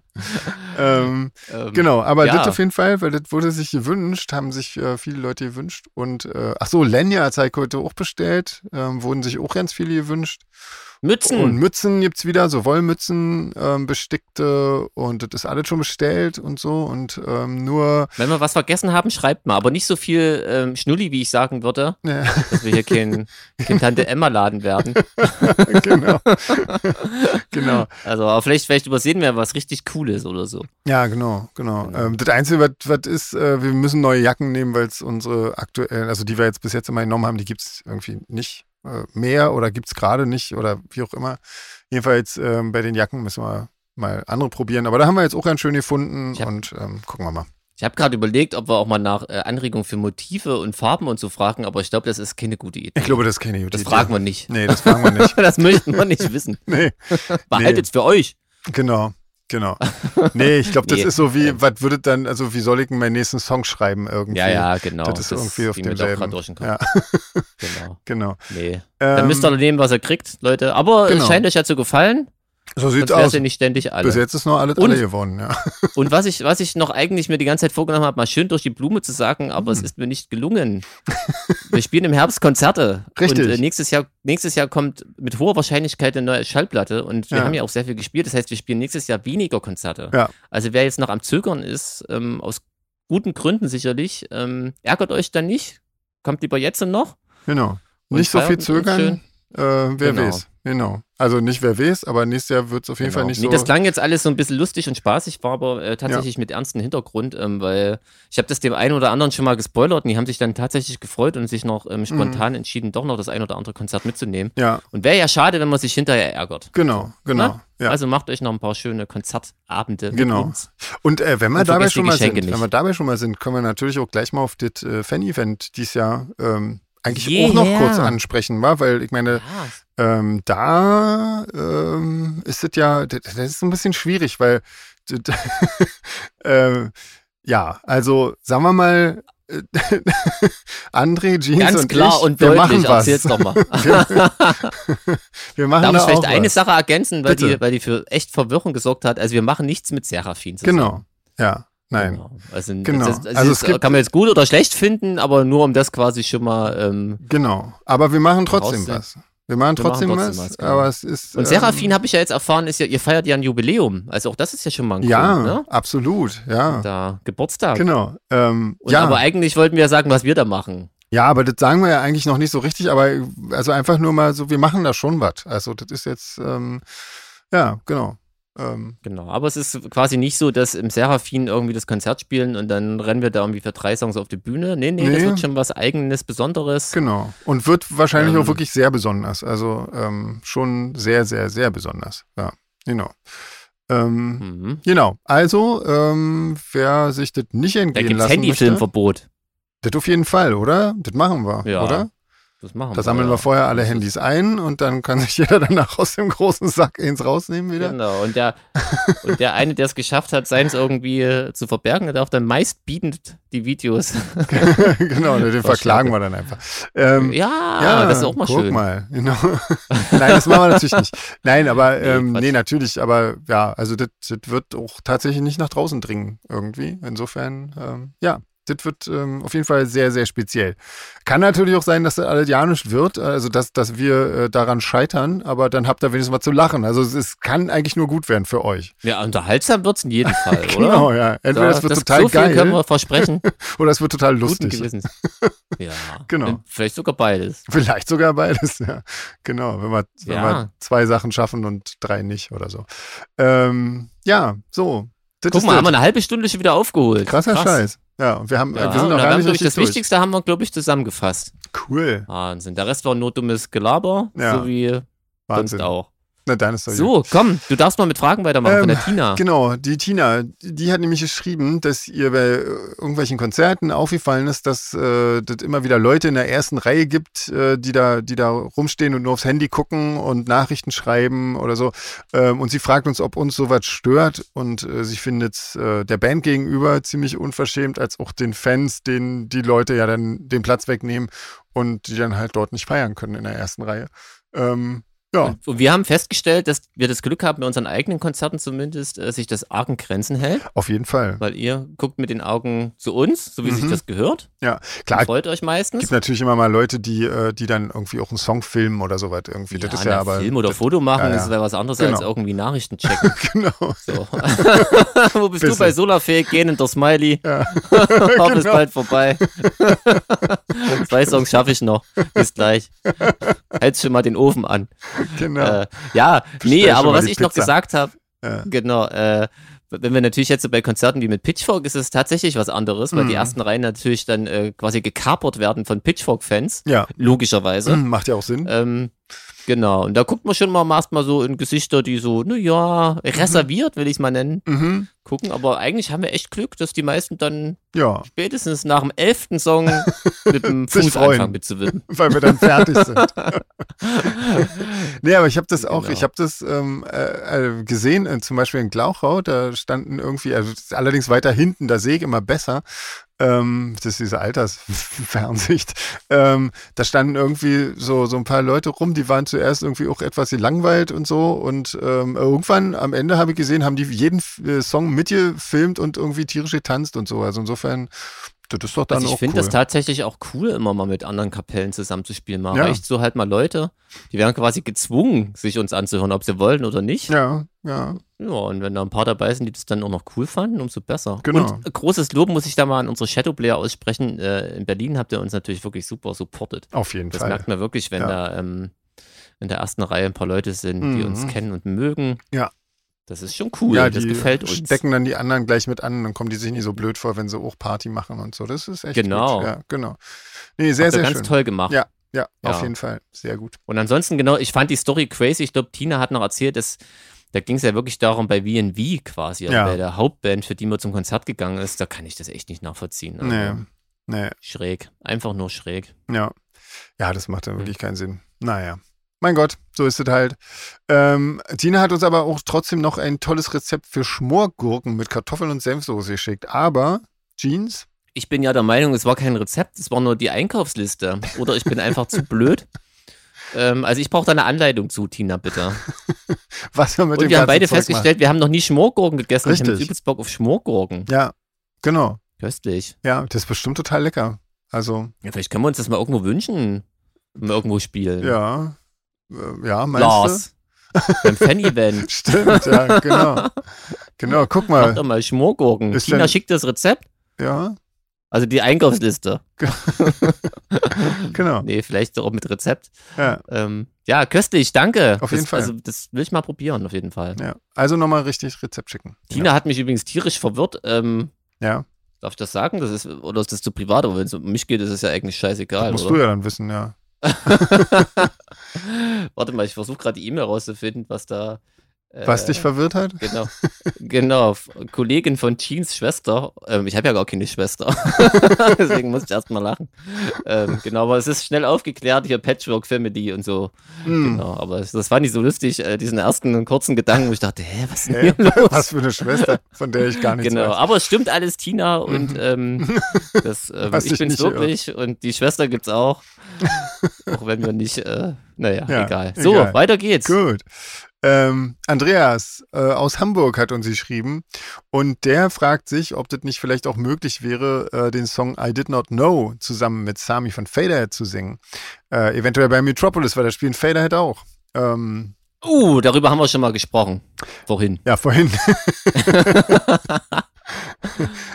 S2: ähm,
S1: Ähm,
S2: Genau, aber
S1: ja.
S2: das auf jeden Fall, weil das wurde sich gewünscht, haben sich äh, viele Leute gewünscht. Und äh, ach so, Lanyards habe ich heute auch bestellt, ähm, wurden sich auch ganz viele gewünscht.
S1: Mützen.
S2: Und Mützen gibt es wieder, so Wollmützen, ähm, bestickte und das ist alles schon bestellt und so. Und ähm, nur,
S1: Wenn wir was vergessen haben, schreibt mal. Aber nicht so viel ähm, Schnulli, wie ich sagen würde,
S2: ja,
S1: dass wir hier kein, kein Tante-Emma-Laden werden.
S2: genau. genau.
S1: Also, aber vielleicht, vielleicht übersehen wir was richtig Cooles oder so.
S2: Ja, genau, genau.
S1: Genau.
S2: Ähm, das Einzige, was, was ist, äh, wir müssen neue Jacken nehmen, weil es unsere aktuellen, also die wir jetzt bis jetzt immer genommen haben, die gibt es irgendwie nicht äh, mehr oder gibt es gerade nicht oder wie auch immer. Jedenfalls ähm, bei den Jacken müssen wir mal andere probieren. Aber da haben wir jetzt auch ganz schön gefunden
S1: Ich hab-
S2: und ähm, gucken wir mal.
S1: Ich habe gerade überlegt, ob wir auch mal nach äh, Anregungen für Motive und Farben und so fragen, aber ich glaube, das ist keine gute Idee.
S2: Ich glaube, das ist keine gute
S1: Das
S2: Idee.
S1: fragen wir nicht.
S2: Nee, das fragen wir nicht.
S1: Das möchten wir nicht wissen.
S2: Nee.
S1: Behaltet's für euch.
S2: Genau, genau. Nee, ich glaube, das
S1: Nee,
S2: ist so wie, was würde dann, also wie soll ich denn meinen nächsten Song schreiben irgendwie?
S1: Ja, ja, genau.
S2: Das ist irgendwie auf
S1: ging mir
S2: dem
S1: doch grad durch den Kopf.
S2: Ja,
S1: Genau.
S2: genau.
S1: Nee.
S2: Ähm,
S1: Dann müsst ihr nehmen, was ihr kriegt, Leute. Aber
S2: genau.
S1: es scheint euch ja zu gefallen.
S2: so sieht's
S1: Sonst wär's
S2: aus.
S1: ja nicht ständig alle.
S2: Bis jetzt ist noch alles
S1: Und-
S2: alle geworden, ja.
S1: Und was ich, was ich noch eigentlich mir die ganze Zeit vorgenommen habe, mal schön durch die Blume zu sagen, aber
S2: Hm.
S1: es ist mir nicht gelungen. Wir spielen im Herbst Konzerte.
S2: Richtig.
S1: Und äh, nächstes, Jahr, nächstes Jahr kommt mit hoher Wahrscheinlichkeit eine neue Schallplatte und wir
S2: Ja.
S1: haben ja auch sehr viel gespielt. Das heißt, wir spielen nächstes Jahr weniger Konzerte.
S2: Ja.
S1: Also wer jetzt noch am Zögern ist, ähm, aus guten Gründen sicherlich, ähm, ärgert euch dann nicht. Kommt lieber jetzt und noch.
S2: Genau.
S1: Und
S2: nicht so viel
S1: feiert uns schön.
S2: zögern, äh, wer
S1: Genau.
S2: weiß. Genau. Also nicht wer weiß, aber nächstes Jahr wird es auf jeden
S1: Genau.
S2: Fall nicht
S1: nee,
S2: so.
S1: Das klang jetzt alles so ein bisschen lustig und spaßig, war aber äh, tatsächlich mit ernstem Hintergrund, ähm, weil ich habe das dem einen oder anderen schon mal gespoilert und die haben sich dann tatsächlich gefreut und sich noch
S2: Mhm.
S1: ähm, spontan entschieden, doch noch das ein oder andere Konzert mitzunehmen.
S2: ja,
S1: Und wäre ja schade, wenn man sich hinterher ärgert.
S2: genau, genau.
S1: Na?
S2: Ja.
S1: Also macht euch noch ein paar schöne Konzertabende. mit
S2: Genau.
S1: uns.
S2: Und äh, wenn wir
S1: Und
S2: dabei
S1: vergesst die
S2: schon mal sind,
S1: Geschenke
S2: wenn
S1: nicht.
S2: wir dabei schon mal sind, können wir natürlich auch gleich mal auf das äh, Fan-Event dieses Jahr ähm, eigentlich
S1: Yeah.
S2: auch noch kurz ansprechen, wa? weil ich meine,
S1: Ja,
S2: Ähm, da ähm, ist es ja, das, das ist so ein bisschen schwierig, weil das, ähm, ja, also sagen wir mal, äh, André, Jeans
S1: ganz
S2: und
S1: klar
S2: ich,
S1: und
S2: wir
S1: deutlich,
S2: machen was.
S1: erzähl's doch mal.
S2: Wir machen
S1: Darf
S2: da
S1: ich vielleicht
S2: auch
S1: eine
S2: was.
S1: Sache ergänzen, weil
S2: Bitte.
S1: die, weil die für echt Verwirrung gesorgt hat? Also wir machen nichts mit Serafin zusammen.
S2: Genau, ja, nein.
S1: Genau. Also,
S2: Genau.
S1: Das, das
S2: Also
S1: ist,
S2: es gibt-
S1: kann man jetzt gut oder schlecht finden, aber nur um das quasi schon mal. Ähm,
S2: Genau, aber wir machen trotzdem
S1: Voraussetzung.
S2: was. Wir machen
S1: Wir machen
S2: trotzdem,
S1: trotzdem
S2: was,
S1: was, genau.
S2: aber es ist. ähm,
S1: und Serafin habe ich ja jetzt erfahren, ist ja, ihr feiert ja ein Jubiläum. Also auch das ist ja schon mal ein
S2: ähm, ja,
S1: Grund, ne?
S2: absolut, ja.
S1: Da Geburtstag.
S2: Genau. Ähm,
S1: Und
S2: ja.
S1: aber eigentlich wollten wir ja sagen, was wir da machen.
S2: Ja, aber das sagen wir ja eigentlich noch nicht so richtig, aber also einfach nur mal so, wir machen da schon was. Also das ist jetzt, ähm, ja, genau. Ähm,
S1: Genau. Aber es ist quasi nicht so, dass im Serafin irgendwie das Konzert spielen und dann rennen wir da irgendwie für drei Songs auf die Bühne. Nee, nee, das
S2: Nee.
S1: wird schon was eigenes, Besonderes.
S2: genau. Und wird wahrscheinlich
S1: Ähm.
S2: auch wirklich sehr besonders. Also ähm, schon sehr, sehr, sehr besonders. Ja, genau. Ähm,
S1: Mhm.
S2: Genau. Also, ähm, wer sich das nicht
S1: Da
S2: entgehen
S1: gibt es
S2: lassen möchte,
S1: Handyfilmverbot.
S2: das auf jeden Fall, oder? Das machen wir,
S1: Ja.
S2: oder?
S1: Das machen
S2: Da sammeln wir vorher alle Handys ein und dann kann sich jeder danach aus dem großen Sack eins rausnehmen wieder.
S1: Genau, und der, und der eine, der es geschafft hat, seins irgendwie äh, zu verbergen, der darf dann meistbietend die Videos.
S2: genau, den verklagen wir dann einfach. Ähm,
S1: ja, das ist auch mal
S2: guck
S1: schön.
S2: mal. Genau. Nein, das machen wir natürlich nicht. Nein, aber
S1: Nee,
S2: ähm,
S1: Quatsch.
S2: nee, natürlich, aber ja, also das das wird auch tatsächlich nicht nach draußen dringen irgendwie. Insofern, ähm, ja, das wird ähm, auf jeden Fall sehr, sehr speziell. Kann natürlich auch sein, dass das alles ja nicht wird, also dass, dass wir äh, daran scheitern, aber dann habt ihr wenigstens mal zu lachen. Also es, es kann eigentlich nur gut werden für euch.
S1: Ja, unterhaltsam wird es in jedem Fall,
S2: Genau,
S1: oder?
S2: ja. Entweder
S1: Da-
S2: es wird
S1: das,
S2: total
S1: so viel
S2: geil
S1: können wir versprechen.
S2: oder es wird total
S1: Guten
S2: lustig.
S1: Gewissens. Ja,
S2: Genau.
S1: Vielleicht sogar beides.
S2: Vielleicht sogar beides, ja. Genau, wenn wir, wenn
S1: Ja.
S2: wir zwei Sachen schaffen und drei nicht oder so. Ähm, ja, so. Das
S1: Guck
S2: ist
S1: mal,
S2: das.
S1: haben wir eine halbe Stunde schon wieder aufgeholt.
S2: krasser
S1: Krass.
S2: Scheiß. Ja, und wir haben,
S1: Ja,
S2: wir sind
S1: und
S2: noch
S1: da
S2: gar
S1: haben
S2: nicht
S1: wir
S2: richtig
S1: das
S2: durch.
S1: Wichtigste haben wir, glaube ich, zusammengefasst.
S2: Cool,
S1: Wahnsinn. Der Rest war nur dummes Gelaber,
S2: Ja.
S1: so wie sonst
S2: Wahnsinn.
S1: auch.
S2: Na, deine Story.
S1: So, komm, du darfst mal mit Fragen weitermachen von der Tina.
S2: Genau, die Tina, die hat nämlich geschrieben, dass ihr bei äh, irgendwelchen Konzerten aufgefallen ist, dass äh, das immer wieder Leute in der ersten Reihe gibt, äh, die, da, die da rumstehen und nur aufs Handy gucken und Nachrichten schreiben oder so. Ähm, und sie fragt uns, ob uns sowas stört. Und äh, sie findet äh, der Band gegenüber ziemlich unverschämt, als auch den Fans, denen die Leute ja dann den Platz wegnehmen und die dann halt dort nicht feiern können in der ersten Reihe. Ähm, ja,
S1: Und wir haben festgestellt, dass wir das Glück haben, bei unseren eigenen Konzerten zumindest, äh, sich das argen Grenzen hält,
S2: auf jeden Fall.
S1: weil ihr guckt mit den Augen zu uns, so wie sich
S2: Mhm.
S1: das gehört.
S2: Ja,
S1: Ihr
S2: klar,
S1: freut euch meistens.
S2: gibt natürlich immer mal Leute, die, äh, die dann irgendwie auch einen Song filmen oder so weit irgendwie. das ist
S1: na,
S2: ja aber.
S1: Film oder Foto machen,
S2: ja, ja.
S1: das ist ja was anderes als
S2: Genau.
S1: irgendwie Nachrichten checken.
S2: genau.
S1: So. Wo bist du
S2: Bisschen.
S1: bei Solarfähig? Gehen in der Smiley.
S2: Ja.
S1: Hoff ist
S2: genau.
S1: bald vorbei. Zwei Songs schaffe ich noch. Bis gleich. Heiz schon mal den Ofen an.
S2: genau.
S1: Ja, äh, ja nee,
S2: schon
S1: aber
S2: mal
S1: was
S2: die
S1: ich noch
S2: Pizza.
S1: gesagt habe,
S2: Ja.
S1: genau, äh, wenn wir natürlich jetzt so bei Konzerten wie mit Pitchfork ist es tatsächlich was anderes, weil die
S2: Mhm.
S1: ersten Reihen natürlich dann äh, quasi gekapert werden von Pitchfork-Fans,
S2: ja.
S1: logischerweise.
S2: Hm, Macht ja auch Sinn.
S1: Ähm, genau, und da guckt man schon mal erstmal so in Gesichter, die so, naja, reserviert, will ich es mal nennen,
S2: Mhm.
S1: gucken. Aber eigentlich haben wir echt Glück, dass die meisten dann
S2: Ja,
S1: spätens nach dem elften Song mit dem
S2: Sich
S1: Fuß
S2: freuen.
S1: anfangen mitzuwippen.
S2: weil wir dann fertig sind. nee, aber ich habe das auch,
S1: Genau.
S2: ich habe das ähm, äh, äh, gesehen, äh, zum Beispiel in Glauchau, da standen irgendwie, also das ist allerdings weiter hinten, da sehe ich immer besser. Ähm, das ist diese Altersfernsicht. Ähm, da standen irgendwie so, so ein paar Leute rum, die waren zuerst irgendwie auch etwas gelangweilt und so. Und ähm, irgendwann am Ende habe ich gesehen, haben die jeden äh, Song mitgefilmt und irgendwie tierisch getanzt und so. Also insofern, das ist doch dann
S1: Also ich
S2: auch
S1: finde
S2: cool.
S1: das tatsächlich auch cool, immer mal mit anderen Kapellen zusammenzuspielen. Mal
S2: Ja.
S1: reicht so halt mal Leute, die werden quasi gezwungen, sich uns anzuhören, ob sie wollen oder nicht. Ja.
S2: ja, ja.
S1: und wenn da ein paar dabei sind, die das dann auch noch cool fanden, umso besser.
S2: Genau.
S1: Und äh, großes Lob muss ich da mal an unsere Shadowplayer aussprechen. Äh, in Berlin habt ihr uns natürlich wirklich super supportet.
S2: Auf jeden
S1: Das
S2: Fall.
S1: merkt man wirklich, wenn
S2: Ja.
S1: da ähm, in der ersten Reihe ein paar Leute sind, die
S2: Mhm.
S1: uns kennen und mögen.
S2: Ja.
S1: Das ist schon cool.
S2: ja,
S1: das
S2: die
S1: gefällt uns.
S2: stecken dann die anderen gleich mit an, dann kommen die sich nicht so blöd vor, wenn sie auch Party machen und so. Das ist echt
S1: Genau.
S2: gut. Ja, genau. Nee, sehr,
S1: Habt ihr
S2: sehr
S1: ganz
S2: schön.
S1: toll gemacht.
S2: Ja, auf
S1: Ja.
S2: jeden Fall. Sehr gut.
S1: Und ansonsten, genau, ich fand die Story crazy. Ich glaube, Tina hat noch erzählt, dass da ging es ja wirklich darum, bei VNV quasi, also
S2: Ja.
S1: bei der Hauptband, für die man zum Konzert gegangen ist, da kann ich das echt nicht nachvollziehen. Also,
S2: Nee, nee,
S1: Schräg. Einfach nur schräg.
S2: ja. Ja, das macht dann
S1: Hm.
S2: wirklich keinen Sinn. Naja. Mein Gott, so ist es halt. Ähm, Tina hat uns aber auch trotzdem noch ein tolles Rezept für Schmorgurken mit Kartoffeln und Senfsoße geschickt. Aber Jeans?
S1: Ich bin ja der Meinung, es war kein Rezept, es war nur die Einkaufsliste. Oder ich bin einfach zu blöd. Ähm, also ich brauche da eine Anleitung zu, Tina, bitte.
S2: Was wir mit
S1: Und
S2: dem
S1: wir haben
S2: ganzen
S1: beide
S2: Zeug
S1: festgestellt, wir haben noch nie Schmorgurken gegessen. Ich habe
S2: Richtig.
S1: übelst Bock auf Schmorgurken.
S2: machen. Ja, genau.
S1: Köstlich.
S2: Ja, das ist bestimmt total lecker. Also,
S1: Ja, vielleicht können wir uns das mal irgendwo wünschen, wenn wir irgendwo spielen.
S2: ja. Äh, Ja, meinst du?
S1: Lars. Beim Fan-Event.
S2: Stimmt, ja, genau. Genau, guck
S1: Mach
S2: mal.
S1: doch mal Schmorgurken.
S2: Ist
S1: Tina
S2: denn-
S1: schickt das Rezept,
S2: Ja,
S1: also die Einkaufsliste.
S2: genau.
S1: Nee, vielleicht auch mit Rezept.
S2: Ja,
S1: Ähm, ja, köstlich, danke. das,
S2: Auf jeden Fall.
S1: Also, das will ich mal probieren, auf jeden Fall.
S2: ja. Also nochmal richtig Rezept schicken.
S1: Tina hat mich übrigens tierisch verwirrt. Ähm,
S2: Ja,
S1: darf ich das sagen? Das ist, oder ist das zu privat? Aber wenn es um mich geht, ist es ja eigentlich scheißegal.
S2: musst
S1: oder?
S2: du ja dann wissen, ja.
S1: Warte mal, ich versuche gerade die E-Mail rauszufinden, was da. äh,
S2: Was dich verwirrt hat?
S1: Genau, genau. F- Kollegin von Teens Schwester. Ähm, ich habe ja gar keine Schwester. Deswegen muss ich erstmal lachen. Ähm, genau, aber es ist schnell aufgeklärt, hier Patchwork Family und so.
S2: Hm.
S1: Genau, aber es- das fand ich so lustig, äh, diesen ersten kurzen Gedanken, wo ich dachte, hä, was ist denn
S2: Hä?
S1: hier los?
S2: Was für eine Schwester, von der ich gar nichts
S1: Genau,
S2: weiß.
S1: aber es stimmt alles, Tina und ähm, das, ähm,
S2: Hast
S1: ich
S2: dich
S1: bin's
S2: Mhm. nicht geirrt.
S1: wirklich und die Schwester gibt's auch. auch wenn wir nicht, äh, naja,
S2: Ja,
S1: egal. So,
S2: egal.
S1: weiter geht's.
S2: Gut. Ähm, Andreas äh, aus Hamburg hat uns geschrieben und der fragt sich, ob das nicht vielleicht auch möglich wäre, äh, den Song I Did Not Know zusammen mit Sami von Faderhead zu singen. Äh, eventuell bei Metropolis, weil da spielen Faderhead auch. Ähm,
S1: Uh, darüber haben wir schon mal gesprochen. Vorhin.
S2: ja, vorhin.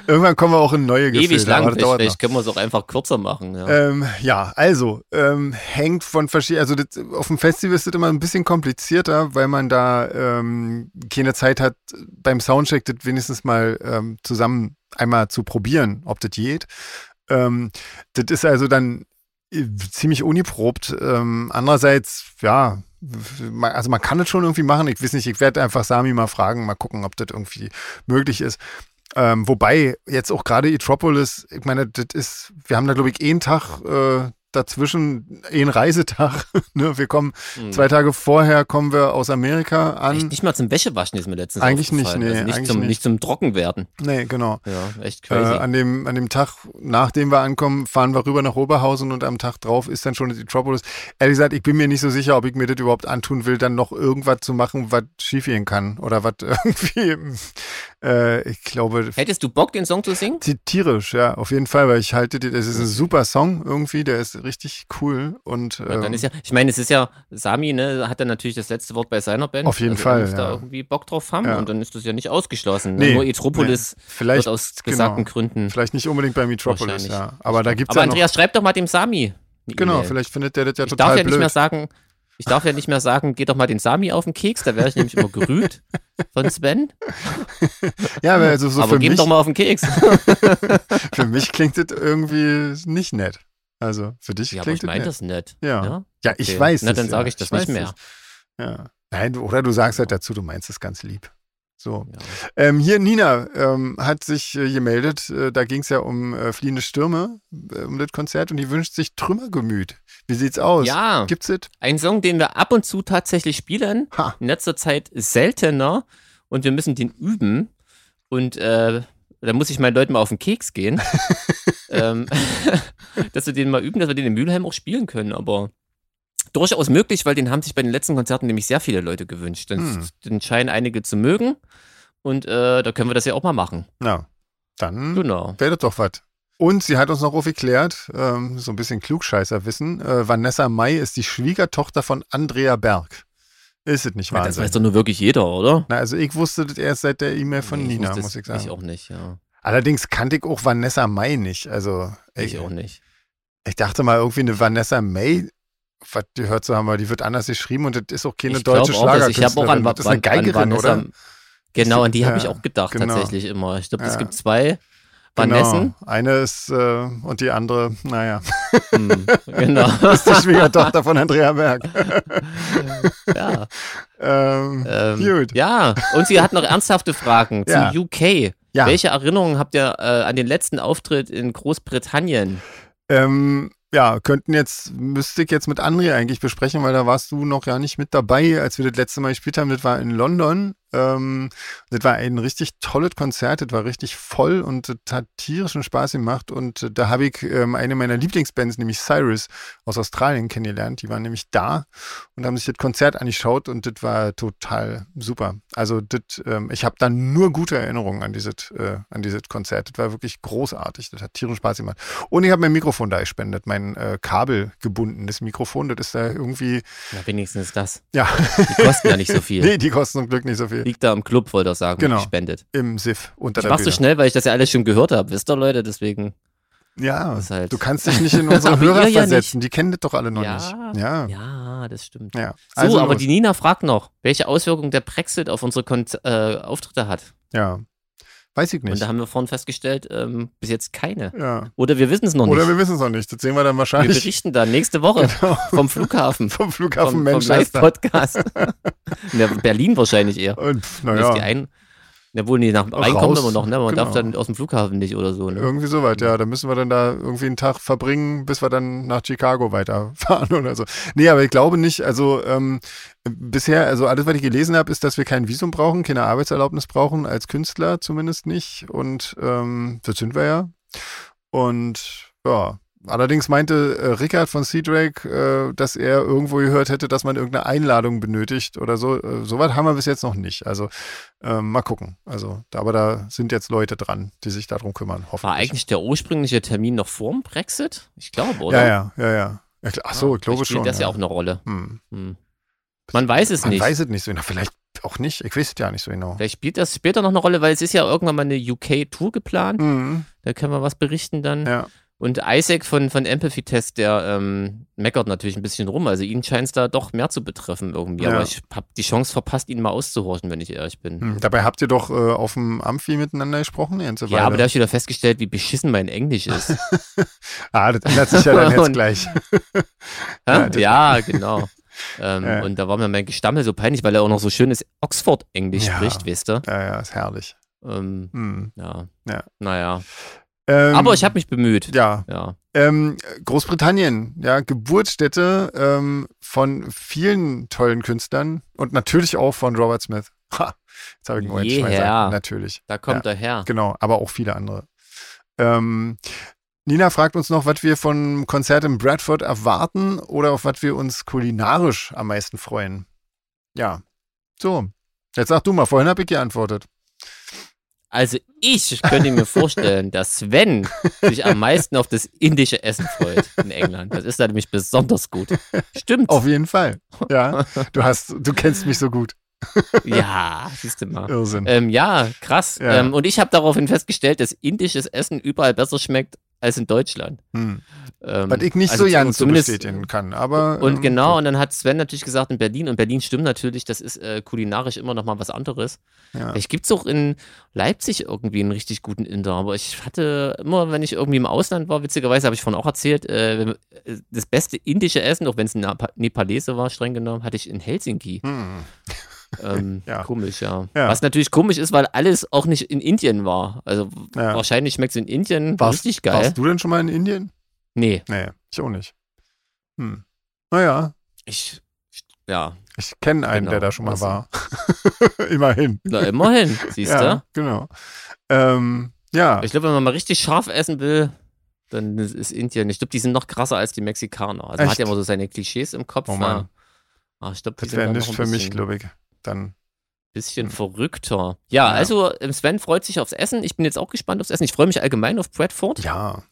S2: Irgendwann kommen wir auch in neue Gefilde.
S1: Ewig lang,
S2: aber das
S1: vielleicht,
S2: dauert noch.
S1: vielleicht können wir es auch einfach kürzer machen. Ja.
S2: Ähm, ja, also ähm, hängt von verschiedenen, also das, auf dem Festival ist das immer ein bisschen komplizierter, weil man da ähm, keine Zeit hat, beim Soundcheck das wenigstens mal ähm, zusammen einmal zu probieren, ob das geht. Ähm, das ist also dann äh, ziemlich ungeprobt. Ähm, andererseits, ja, also man kann es schon irgendwie machen. Ich weiß nicht, ich werde einfach Sami mal fragen, mal gucken, ob das irgendwie möglich ist. Ähm, wobei jetzt auch gerade Etropolis, ich meine, das ist, wir haben da glaube ich einen Tag äh, dazwischen, einen Reisetag. ne? Wir kommen
S1: Hm.
S2: zwei Tage vorher kommen wir aus Amerika an.
S1: Echt nicht mal zum Wäschewaschen ist mir letztens
S2: Eigentlich nicht,
S1: aufgefallen.
S2: nee,
S1: also nicht,
S2: eigentlich
S1: zum,
S2: nicht.
S1: nicht zum Trockenwerden.
S2: Nee, genau.
S1: Ja, echt
S2: Äh,
S1: crazy.
S2: an, dem, an dem Tag, nachdem wir ankommen, fahren wir rüber nach Oberhausen und am Tag drauf ist dann schon die Metropolis. Ehrlich gesagt, ich bin mir nicht so sicher, ob ich mir das überhaupt antun will, dann noch irgendwas zu machen, was schiefgehen kann oder was irgendwie, äh, ich glaube,
S1: Hättest du Bock, den Song zu singen?
S2: ti- tierisch, ja, auf jeden Fall, weil ich halte, die- das ist ein super Song irgendwie, der ist richtig cool und
S1: Na, dann
S2: ähm,
S1: ist ja, ich meine, es ist ja, Sami ne, hat dann natürlich das letzte Wort bei seiner Band.
S2: Auf jeden
S1: also
S2: Fall,
S1: Er muss da
S2: ja.
S1: irgendwie Bock drauf haben
S2: Ja.
S1: und dann ist das ja nicht ausgeschlossen.
S2: Nee,
S1: ne? Nur Etropolis wird
S2: vielleicht,
S1: aus
S2: genau.
S1: gesagten Gründen.
S2: vielleicht nicht unbedingt bei Metropolis,
S1: Wahrscheinlich.
S2: ja, aber da gibt es
S1: Aber
S2: ja noch,
S1: Andreas, schreib doch mal dem Sami. eine
S2: genau,
S1: E-Mail.
S2: vielleicht findet der das ja
S1: Ich darf
S2: total
S1: ja nicht mehr
S2: blöd.
S1: sagen, ich darf ja nicht mehr sagen, geh doch mal den Sami auf den Keks, da wäre ich nämlich immer gerügt von Sven.
S2: Ja, aber also so
S1: aber
S2: für
S1: geh ihm
S2: mich
S1: doch mal auf den Keks.
S2: Für mich klingt das irgendwie nicht nett. Also für dich
S1: Ja, aber
S2: klingt
S1: ich meine
S2: das nett.
S1: das nicht.
S2: Ja.
S1: Ja?
S2: Ja, ich
S1: Okay.
S2: weiß
S1: Na,
S2: es,
S1: dann
S2: ja.
S1: sage ich das
S2: weiß
S1: nicht mehr.
S2: es. Ja. Nein, du- oder du sagst halt dazu, du meinst es ganz lieb. So.
S1: Ja.
S2: Ähm, hier Nina ähm, hat sich äh, gemeldet, äh, da ging es ja um äh, fliehende Stürme, äh, um das Konzert und die wünscht sich Trümmergemüt. Wie sieht's aus?
S1: Ja.
S2: Gibt's it?
S1: Ein Song, den wir ab und zu tatsächlich spielen,
S2: Ha.
S1: in letzter Zeit seltener und wir müssen den üben. Und äh, da muss ich meinen Leuten mal auf den Keks gehen, ähm, dass wir den mal üben, dass wir den in Mülheim auch spielen können. Aber durchaus möglich, weil den haben sich bei den letzten Konzerten nämlich sehr viele Leute gewünscht. Den,
S2: Hm.
S1: den scheinen einige zu mögen. Und äh, da können wir das ja auch mal machen.
S2: Na, dann
S1: Genau.
S2: wäre das doch was. Und sie hat uns noch aufgeklärt, ähm, so ein bisschen Klugscheißerwissen, äh, Vanessa May ist die Schwiegertochter von Andrea Berg. Ist es nicht
S1: Das
S2: Wahnsinn?
S1: weiß doch nur wirklich jeder, oder?
S2: Na, also ich wusste das erst seit der E-Mail von
S1: Nee,
S2: Nina,
S1: wusste
S2: muss
S1: es-
S2: ich sagen.
S1: Ich auch nicht, ja.
S2: Allerdings kannte ich auch Vanessa May nicht. Also
S1: Ich,
S2: ich,
S1: auch nicht.
S2: ich dachte mal irgendwie eine Vanessa May, was gehört zu haben, aber die wird anders geschrieben und das ist auch keine
S1: ich glaub
S2: deutsche
S1: auch, dass- ich hab auch
S2: Schlagerkünstlerin.
S1: an,
S2: das ist eine
S1: Van- an
S2: Geigerin,
S1: Vanessa-
S2: oder?
S1: Genau, an die habe
S2: Ja,
S1: ich auch gedacht
S2: genau.
S1: tatsächlich immer. Ich glaube, es
S2: Ja.
S1: gibt zwei Vanessen.
S2: Genau. Eine ist äh, und die andere, naja,
S1: Hm, genau.
S2: ist die Schwiegertochter von Andrea Berg.
S1: ja.
S2: Ähm,
S1: Ähm,
S2: Gut.
S1: ja, und sie hat noch ernsthafte Fragen
S2: Ja.
S1: zu UK.
S2: Ja.
S1: Welche Erinnerungen habt ihr äh, an den letzten Auftritt in Großbritannien?
S2: Ähm, ja, könnten jetzt, müsste ich jetzt mit André eigentlich besprechen, weil da warst du noch ja nicht mit dabei, als wir das letzte Mal gespielt haben. Das war in London. Ähm, das war ein richtig tolles Konzert. Das war richtig voll und das hat tierischen Spaß gemacht. Und äh, da habe ich ähm, eine meiner Lieblingsbands, nämlich Cyrus aus Australien, kennengelernt. Die waren nämlich da und haben sich das Konzert angeschaut und das war total super. Also das, ähm, ich habe da nur gute Erinnerungen an dieses, äh, an dieses Konzert. Das war wirklich großartig. Das hat tierisch Spaß gemacht. Und ich habe mein Mikrofon da gespendet, mein äh, kabelgebundenes Mikrofon. Das ist da irgendwie,
S1: Na, wenigstens das.
S2: ja,
S1: Die kosten ja nicht so viel.
S2: nee, die kosten zum Glück nicht so viel.
S1: Liegt da im Club, wollte ich sagen,
S2: Genau.
S1: gespendet.
S2: Im SIF unter
S1: Ich
S2: der
S1: mach so
S2: Bühne.
S1: schnell, weil ich das ja alles schon gehört habe, wisst ihr, Leute? Deswegen,
S2: ja,
S1: ist halt-
S2: Ah, du kannst dich nicht in unsere
S1: Aber
S2: Hörer
S1: ihr ja
S2: versetzen. die kennen das doch alle noch
S1: Ja.
S2: nicht. Ja, ja.
S1: ja, das stimmt. So,
S2: Also
S1: aber
S2: los.
S1: die Nina fragt noch, welche Auswirkungen der Brexit auf unsere Kon äh, Auftritte hat.
S2: ja. Weiß ich
S1: Und
S2: nicht.
S1: da haben wir vorhin festgestellt, ähm, bis jetzt keine.
S2: Ja.
S1: Oder wir wissen es noch
S2: Oder
S1: nicht.
S2: wir wissen es noch nicht. Das sehen wir dann
S1: Wir,
S2: wahrscheinlich
S1: berichten dann nächste Woche
S2: genau,
S1: vom Flughafen.
S2: vom
S1: Vom, vom
S2: Flughafen Manchester.
S1: Live-Podcast. Na, Berlin wahrscheinlich eher.
S2: Und pff,
S1: Dass die
S2: naja,
S1: ein, na wohl, nee, nach
S2: Raus.
S1: Einkommen immer noch, ne? Man darf
S2: Genau.
S1: dann aus dem Flughafen nicht oder so. Ne?
S2: irgendwie soweit. Ja, da müssen wir dann da irgendwie einen Tag verbringen, bis wir dann nach Chicago weiterfahren oder so. Nee, aber ich glaube nicht. Also ähm, bisher, also alles, was ich gelesen habe, ist, dass wir kein Visum brauchen, keine Arbeitserlaubnis brauchen, als Künstler zumindest nicht. Und ähm, das sind wir ja. Und ja. Allerdings meinte äh, Rickard von Sea Drake, äh, dass er irgendwo gehört hätte, dass man irgendeine Einladung benötigt oder so. Äh, Soweit haben wir bis jetzt noch nicht. Also ähm, mal gucken. Also, da- aber da sind jetzt Leute dran, die sich darum kümmern,
S1: War
S2: hoffentlich.
S1: eigentlich der ursprüngliche Termin noch vor dem Brexit? Ich glaube, oder? Ah,
S2: Ja, ja, ja, ja. ja klar. Ach so, ich glaube
S1: Vielleicht spielt
S2: schon.
S1: das ja auch eine Rolle.
S2: Hm.
S1: Hm. Man weiß es
S2: Man
S1: nicht.
S2: weiß es nicht so genau. Vielleicht auch nicht. Ich weiß es ja nicht so genau.
S1: Vielleicht spielt das später noch eine Rolle, weil es ist ja irgendwann mal eine UK-Tour geplant.
S2: Hm.
S1: Da können wir was berichten dann.
S2: Ja.
S1: Und Isaac von, von Empathy Test, der ähm, meckert natürlich ein bisschen rum. Also ihn scheint es da doch mehr zu betreffen irgendwie.
S2: Ja.
S1: Aber ich habe die Chance verpasst, ihn mal auszuhorchen, wenn ich ehrlich bin.
S2: Hm. Dabei habt ihr doch äh, auf dem Amphi miteinander gesprochen, die ganze
S1: Ja, aber da
S2: Weile.
S1: habe ich wieder festgestellt, wie beschissen mein Englisch ist.
S2: ah, das ändert sich ja dann jetzt
S1: Und-
S2: gleich.
S1: Hä?
S2: das-
S1: ja, genau. Ähm,
S2: Ja.
S1: Und da war mir mein Gestammel so peinlich, weil er auch noch so schönes Oxford-Englisch
S2: Ja.
S1: spricht, weißt du?
S2: Ja, ja, ist herrlich.
S1: Ähm,
S2: Hm.
S1: ja.
S2: Ja.
S1: Naja.
S2: Ähm,
S1: Aber ich habe mich bemüht.
S2: Ja,
S1: Ja.
S2: ähm, Großbritannien, ja, Geburtsstätte ähm, von vielen tollen Künstlern und natürlich auch von Robert Smith. Ha, jetzt habe ich einen Moment
S1: Yeah.
S2: Schweizer. Natürlich,
S1: Da kommt er her.
S2: genau, aber auch viele andere. Ähm, Nina fragt uns noch, was wir vom Konzert in Bradford erwarten oder auf was wir uns kulinarisch am meisten freuen. Ja, so. Jetzt sag du mal, vorhin habe ich geantwortet.
S1: Also ich könnte mir vorstellen, dass Sven sich am meisten auf das indische Essen freut in England. Das ist da nämlich besonders gut. Stimmt.
S2: Auf jeden Fall. Ja, du hast, du kennst mich so gut.
S1: Ja, siehst du mal.
S2: Irrsinn.
S1: Ähm, ja, krass.
S2: Ja.
S1: Ähm, und ich habe daraufhin festgestellt, dass indisches Essen überall besser schmeckt als in Deutschland.
S2: Hm.
S1: Ähm,
S2: Was ich nicht
S1: also
S2: so
S1: zu-
S2: ganz so
S1: zumindest-
S2: bestätigen kann, aber.
S1: Und
S2: ähm,
S1: genau, und dann hat Sven natürlich gesagt, in Berlin, und Berlin stimmt natürlich, das ist äh, kulinarisch immer nochmal was anderes.
S2: Ja.
S1: Vielleicht gibt es auch in Leipzig irgendwie einen richtig guten Inder, aber ich hatte immer, wenn ich irgendwie im Ausland war, witzigerweise habe ich vorhin auch erzählt, äh, das beste indische Essen, auch wenn es ein Napa- Nepalese war, streng genommen, hatte ich in Helsinki.
S2: Hm.
S1: Ähm,
S2: Ja.
S1: Komisch, ja.
S2: Ja.
S1: Was natürlich komisch ist, weil alles auch nicht in Indien war. Also w-
S2: Ja.
S1: wahrscheinlich schmeckt es in Indien
S2: Warst-
S1: richtig geil.
S2: Warst du denn schon mal in Indien?
S1: Nee,
S2: Nee, ich auch nicht. Hm. Naja,
S1: ich, ich- ja,
S2: ich kenne einen,
S1: Genau,
S2: der da schon mal
S1: also-
S2: war. Immerhin.
S1: na immerhin, siehst du?
S2: ja, genau. Ähm, ja,
S1: Ich glaube, wenn man mal richtig scharf essen will, dann ist- ist Indien. Ich glaube, die sind noch krasser als die Mexikaner. Also man
S2: Echt?
S1: hat ja immer so seine Klischees im Kopf.
S2: Oh
S1: ja.
S2: Mann.
S1: Ah, ich glaube, die
S2: das
S1: sind
S2: wäre
S1: dann noch
S2: nicht
S1: ein
S2: für mich,
S1: bisschen,
S2: glaube ich. Dann.
S1: bisschen verrückter. Ja,
S2: Ja.
S1: also ähm, Sven freut sich aufs Essen. Ich bin jetzt auch gespannt aufs Essen. Ich freue mich allgemein auf Bradford.
S2: Ja.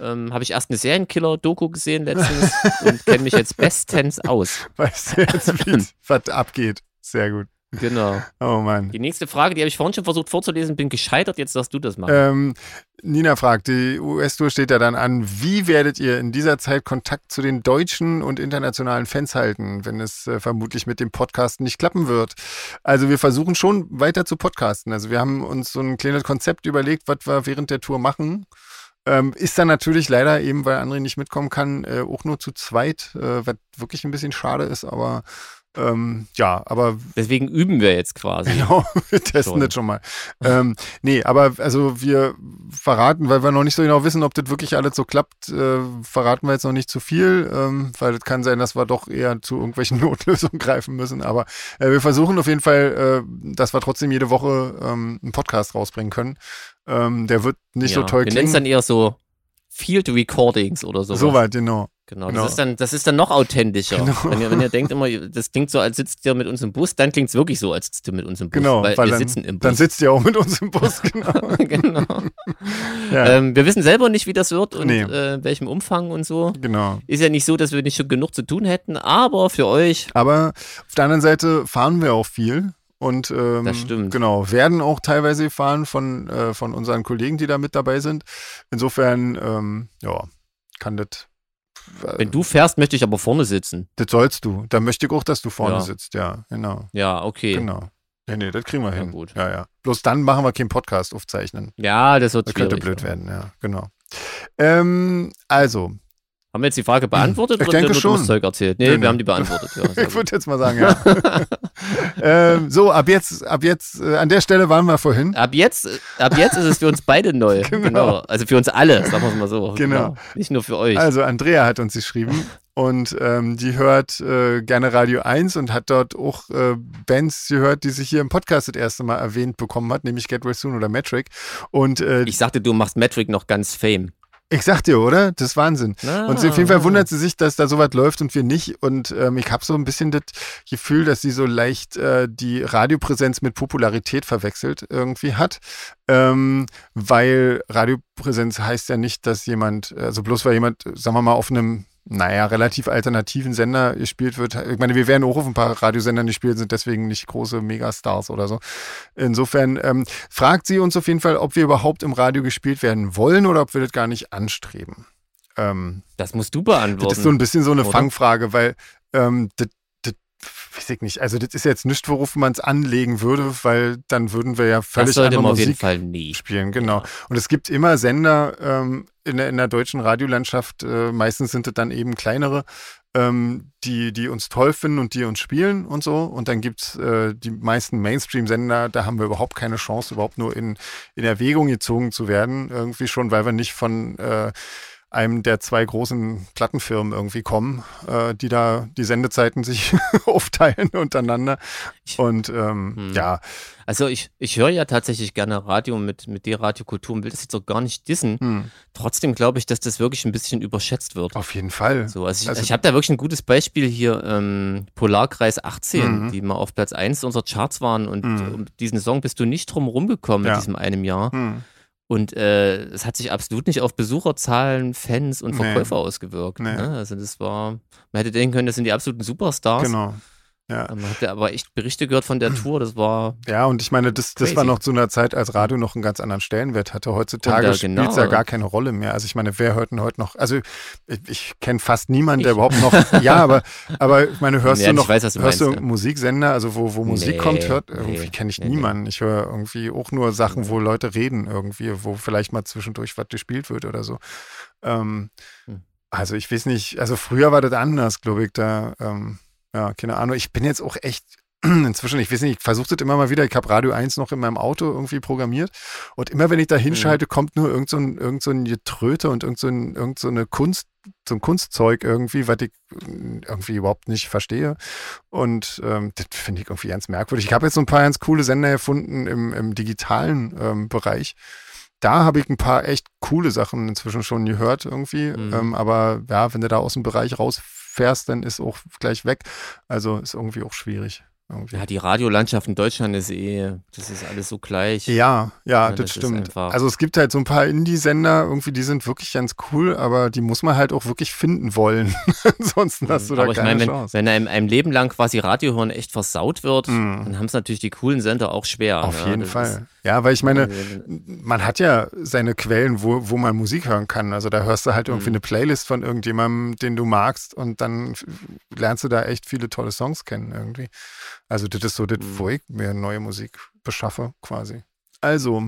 S1: Ähm, Habe ich erst eine Serienkiller-Doku gesehen letztens und kenne mich jetzt bestens aus.
S2: Weißt du jetzt, wie was abgeht? Sehr gut.
S1: Genau.
S2: Oh Mann.
S1: Die nächste Frage, die habe ich vorhin schon versucht vorzulesen, bin gescheitert. Jetzt darfst du das machen.
S2: Ähm, Nina fragt, die US-Tour steht ja dann an. Wie werdet ihr in dieser Zeit Kontakt zu den deutschen und internationalen Fans halten, wenn es äh, vermutlich mit dem Podcast nicht klappen wird? Also wir versuchen schon weiter zu podcasten. Also wir haben uns so ein kleines Konzept überlegt, was wir während der Tour machen. Ähm, ist dann natürlich leider eben, weil André nicht mitkommen kann, äh, auch nur zu zweit, äh, was wirklich ein bisschen schade ist, aber ähm, ja, aber
S1: Deswegen üben wir jetzt quasi.
S2: Genau, wir testen
S1: Schon.
S2: das schon mal. ähm, nee, aber also wir verraten, weil wir noch nicht so genau wissen, ob das wirklich alles so klappt, äh, verraten wir jetzt noch nicht zu viel, ähm, weil das kann sein, dass wir doch eher zu irgendwelchen Notlösungen greifen müssen. Aber äh, wir versuchen auf jeden Fall, äh, dass wir trotzdem jede Woche ähm, einen Podcast rausbringen können. Ähm, der wird nicht so
S1: Ja.
S2: toll
S1: Wir nennen es
S2: klingen.
S1: dann eher so Field Recordings oder sowas.
S2: Soweit, genau.
S1: Genau,
S2: Genau.
S1: Das, ist dann, das ist dann noch authentischer.
S2: Genau.
S1: Wenn, ihr, wenn ihr denkt immer, ihr- das klingt so, als sitzt ihr mit uns im Bus, dann klingt es wirklich so, als sitzt ihr mit uns im Bus.
S2: Genau,
S1: weil,
S2: weil
S1: wir
S2: dann-
S1: sitzen im
S2: Dann
S1: Bus.
S2: sitzt ihr auch mit uns im Bus, genau.
S1: genau.
S2: ja,
S1: ähm, wir wissen selber nicht, wie das wird und
S2: Nee.
S1: äh, welchem Umfang und so.
S2: genau.
S1: Ist ja nicht so, dass wir nicht schon genug zu tun hätten, aber für euch,
S2: Aber auf der anderen Seite fahren wir auch viel. Und ähm,
S1: Das stimmt.
S2: genau, werden auch teilweise gefahren von, äh, von unseren Kollegen, die da mit dabei sind. Insofern, ähm, ja, kann das. äh,
S1: wenn du fährst, möchte ich aber vorne sitzen.
S2: Das sollst du. Da möchte ich auch, dass du vorne
S1: Ja.
S2: sitzt, ja, genau.
S1: Ja, okay.
S2: Genau. Nee, nee, das kriegen wir
S1: Na
S2: hin.
S1: gut.
S2: Ja, ja. Bloß dann machen wir keinen Podcast aufzeichnen.
S1: Ja, das wird
S2: Das
S1: schwierig.
S2: könnte blöd werden, ja, genau. Ähm, also,
S1: Haben wir jetzt die Frage beantwortet
S2: Ich
S1: oder
S2: denke
S1: wird
S2: schon.
S1: das Zeug erzählt? Nee,
S2: Nee, nee.
S1: wir haben die beantwortet. Ja, sehr
S2: Ich
S1: gut.
S2: würde jetzt mal sagen, ja. ähm, so, ab jetzt, ab jetzt, äh, an der Stelle waren wir vorhin.
S1: Ab jetzt, ab jetzt ist es für uns beide neu. genau. Also für uns alle, sagen wir es mal so.
S2: Genau.
S1: Nicht nur für euch.
S2: Also Andrea hat uns geschrieben und ähm, die hört äh, gerne Radio 1 und hat dort auch äh, Bands gehört, die sich hier im Podcast das erste Mal erwähnt bekommen hat, nämlich Get Well Soon oder Metric. Und äh, ich,
S1: Ich sagte, du machst Metric noch ganz fame.
S2: sag dir, oder? Das ist Wahnsinn.
S1: Ah.
S2: Und sie- auf jeden Fall wundert sie sich, dass da sowas läuft und wir nicht. Und ähm, ich habe so ein bisschen das Gefühl, dass sie so leicht äh, die Radiopräsenz mit Popularität verwechselt irgendwie hat. Ähm, weil Radiopräsenz heißt ja nicht, dass jemand, also bloß weil jemand, sagen wir mal, auf einem, naja, relativ alternativen Sender gespielt wird. Ich meine, wir werden auch auf ein paar Radiosendern gespielt, sind deswegen nicht große Megastars oder so. Insofern ähm, fragt sie uns auf jeden Fall, ob wir überhaupt im Radio gespielt werden wollen oder ob wir das gar nicht anstreben. Ähm,
S1: Das musst du beantworten.
S2: das ist so ein bisschen so eine
S1: Oder?
S2: Fangfrage, weil ähm, das, das weiß ich nicht. Also das ist jetzt nicht, worauf man es anlegen würde, weil dann würden wir ja
S1: das
S2: völlig
S1: sollte
S2: andere
S1: man auf jeden
S2: Musik
S1: Fall nie.
S2: spielen. Genau. Und es gibt immer Sender ähm, in, der, in der deutschen Radiolandschaft. Äh, meistens sind es dann eben kleinere, ähm, die, die uns toll finden und die uns spielen und so. Und dann gibt es äh, die meisten Mainstream-Sender, da haben wir überhaupt keine Chance, überhaupt nur in, in Erwägung gezogen zu werden. Irgendwie schon, weil wir nicht von äh, einem der zwei großen Plattenfirmen irgendwie kommen, äh, die da die Sendezeiten sich aufteilen untereinander. Und ähm,
S1: Hm.
S2: ja,
S1: Also ich, ich höre ja tatsächlich gerne Radio mit, mit der Radiokultur und will das jetzt auch gar nicht dissen.
S2: hm,
S1: Trotzdem glaube ich, dass das wirklich ein bisschen überschätzt wird.
S2: auf jeden Fall.
S1: So, also ich,
S2: Also-
S1: ich habe da wirklich ein gutes Beispiel hier, ähm, Polarkreis 18,
S2: Mhm.
S1: die mal auf Platz 1 unserer Charts waren und
S2: Mhm.
S1: um diesen Song bist du nicht drum rumgekommen
S2: Ja.
S1: in diesem einem Jahr.
S2: Hm.
S1: Und äh, es hat sich absolut nicht auf Besucherzahlen, Fans und
S2: Nee.
S1: Verkäufer ausgewirkt.
S2: Nee.
S1: Ne? Also das war, man hätte denken können, das sind die absoluten Superstars.
S2: Genau. Mhm. Ja.
S1: Man hat ja aber echt Berichte gehört von der Tour, das war
S2: Ja, und ich meine, das, das
S1: Crazy.
S2: war noch zu einer Zeit, als Radio noch einen ganz anderen Stellenwert hatte. Heutzutage
S1: Und da
S2: spielt
S1: genau.
S2: ja gar keine Rolle mehr. Also ich meine, wer hört denn heute noch? Also ich, ich kenne fast niemanden, der
S1: Ich.
S2: überhaupt noch. ja, aber, aber ich meine, hörst
S1: Ja,
S2: du
S1: ich
S2: noch
S1: weiß, was du meinst,
S2: hörst
S1: ne?
S2: du
S1: ja.
S2: Musiksender, also wo, wo Musik
S1: Nee,
S2: kommt, hört
S1: nee,
S2: irgendwie kenne ich
S1: nee, Mhm. nee.
S2: niemanden. Ich höre irgendwie auch nur Sachen, wo Leute reden irgendwie, wo vielleicht mal zwischendurch was gespielt wird oder so. Ähm,
S1: Hm.
S2: also ich weiß nicht, also früher war das anders, glaube ich, da, ähm, ja, keine Ahnung. Ich bin jetzt auch echt inzwischen, ich weiß nicht, ich versuche das immer mal wieder. Ich habe Radio 1 noch in meinem Auto irgendwie programmiert. Und immer wenn ich
S1: Mhm.
S2: da hinschalte, kommt nur irgend so ein, irgend so ein Getröte und irgend so, ein, irgend so eine Kunst, so ein Kunstzeug irgendwie, was ich irgendwie überhaupt nicht verstehe. Und ähm, das finde ich irgendwie ganz merkwürdig. Ich habe jetzt so ein paar ganz coole Sender erfunden im, im digitalen ähm, Bereich. Da habe ich ein paar echt coole Sachen inzwischen schon gehört irgendwie.
S1: Mhm.
S2: Ähm, aber ja, wenn du da aus dem Bereich rausfährst, dann ist auch gleich weg. Also ist irgendwie auch schwierig. Irgendwie.
S1: Ja, die Radiolandschaft in Deutschland ist eh, das ist alles so gleich. Ähm,
S2: Ja,
S1: Ja,
S2: ja, das,
S1: das ist
S2: stimmt.
S1: einfach-
S2: Also es gibt halt so ein paar Indie-Sender, irgendwie, die sind wirklich ganz cool, aber die muss man halt auch wirklich finden wollen. Ansonsten hast du da
S1: Mhm. Aber ich
S2: keine
S1: meine, wenn,
S2: Chance.
S1: wenn einem, einem Leben lang quasi Radio hören echt versaut wird,
S2: Mhm.
S1: dann haben es natürlich die coolen Sender auch schwer.
S2: Auf
S1: ne?
S2: jeden
S1: Das ist-
S2: Fall. Ja, weil ich meine,
S1: Also,
S2: man hat ja seine Quellen, wo, wo man Musik hören kann. Also da hörst du halt irgendwie
S1: Mhm.
S2: eine Playlist von irgendjemandem, den du magst und dann f- lernst du da echt viele tolle Songs kennen irgendwie. Also das ist so das,
S1: Mhm.
S2: wo ich mir neue Musik beschaffe quasi. Also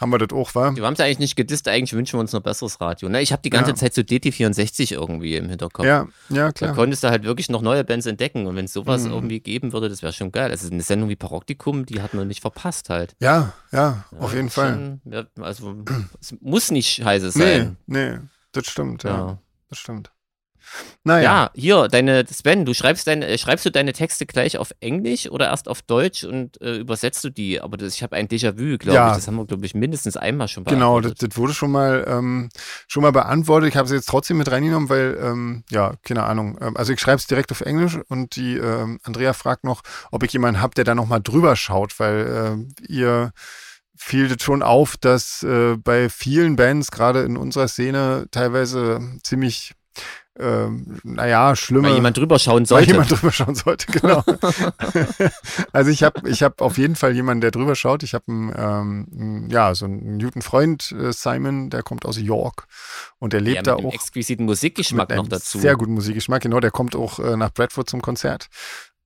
S2: haben wir das auch, wa?
S1: Wir haben es eigentlich nicht gedisst, eigentlich wünschen wir uns noch besseres Radio. Ne? Ich habe die ganze
S2: Ja.
S1: Zeit so DT64 irgendwie im Hinterkopf.
S2: Ja, ja,
S1: Da
S2: klar.
S1: konntest du halt wirklich noch neue Bands entdecken. Und wenn es sowas
S2: Mhm.
S1: irgendwie geben würde, das wäre schon geil. Also eine Sendung wie Paroktikum, die hat man nicht verpasst halt.
S2: Ja, ja,
S1: Ja,
S2: auf jeden
S1: ist
S2: Fall.
S1: schon- ja, also es muss nicht scheiße
S2: Nee,
S1: sein.
S2: nee, das stimmt, ja,
S1: Ja.
S2: das stimmt.
S1: Ja.
S2: Naja,
S1: hier, deine, Sven, du schreibst deine, äh, schreibst du deine Texte gleich auf Englisch oder erst auf Deutsch und äh, übersetzt du die? Aber das, ich habe ein Déjà-vu, glaube
S2: Ja.
S1: ich. Das haben wir, glaube ich, mindestens einmal schon
S2: genau, das,
S1: beantwortet.
S2: das wurde schon mal, ähm, schon mal beantwortet. Ich habe es jetzt trotzdem mit reingenommen, weil, ähm, ja, keine Ahnung. Ähm, Also ich schreibe es direkt auf Englisch und die ähm, Andrea fragt noch, ob ich jemanden habe, der da nochmal drüber schaut, weil ähm, ihr fiel das schon auf, dass äh, bei vielen Bands, gerade in unserer Szene, teilweise ziemlich, ähm, naja, schlimme...
S1: Weil jemand drüber schauen
S2: Weil
S1: sollte.
S2: jemand drüber schauen sollte, genau. also ich habe ich hab auf jeden Fall jemanden, der drüber schaut. Ich habe einen, ähm, einen, ja, so einen guten Freund, äh, Simon, der kommt aus York und der lebt
S1: ja,
S2: da
S1: mit einem
S2: auch.
S1: exquisiten Musikgeschmack
S2: einem
S1: noch dazu.
S2: Sehr guten Musikgeschmack, genau. Der kommt auch äh, nach Bradford zum Konzert.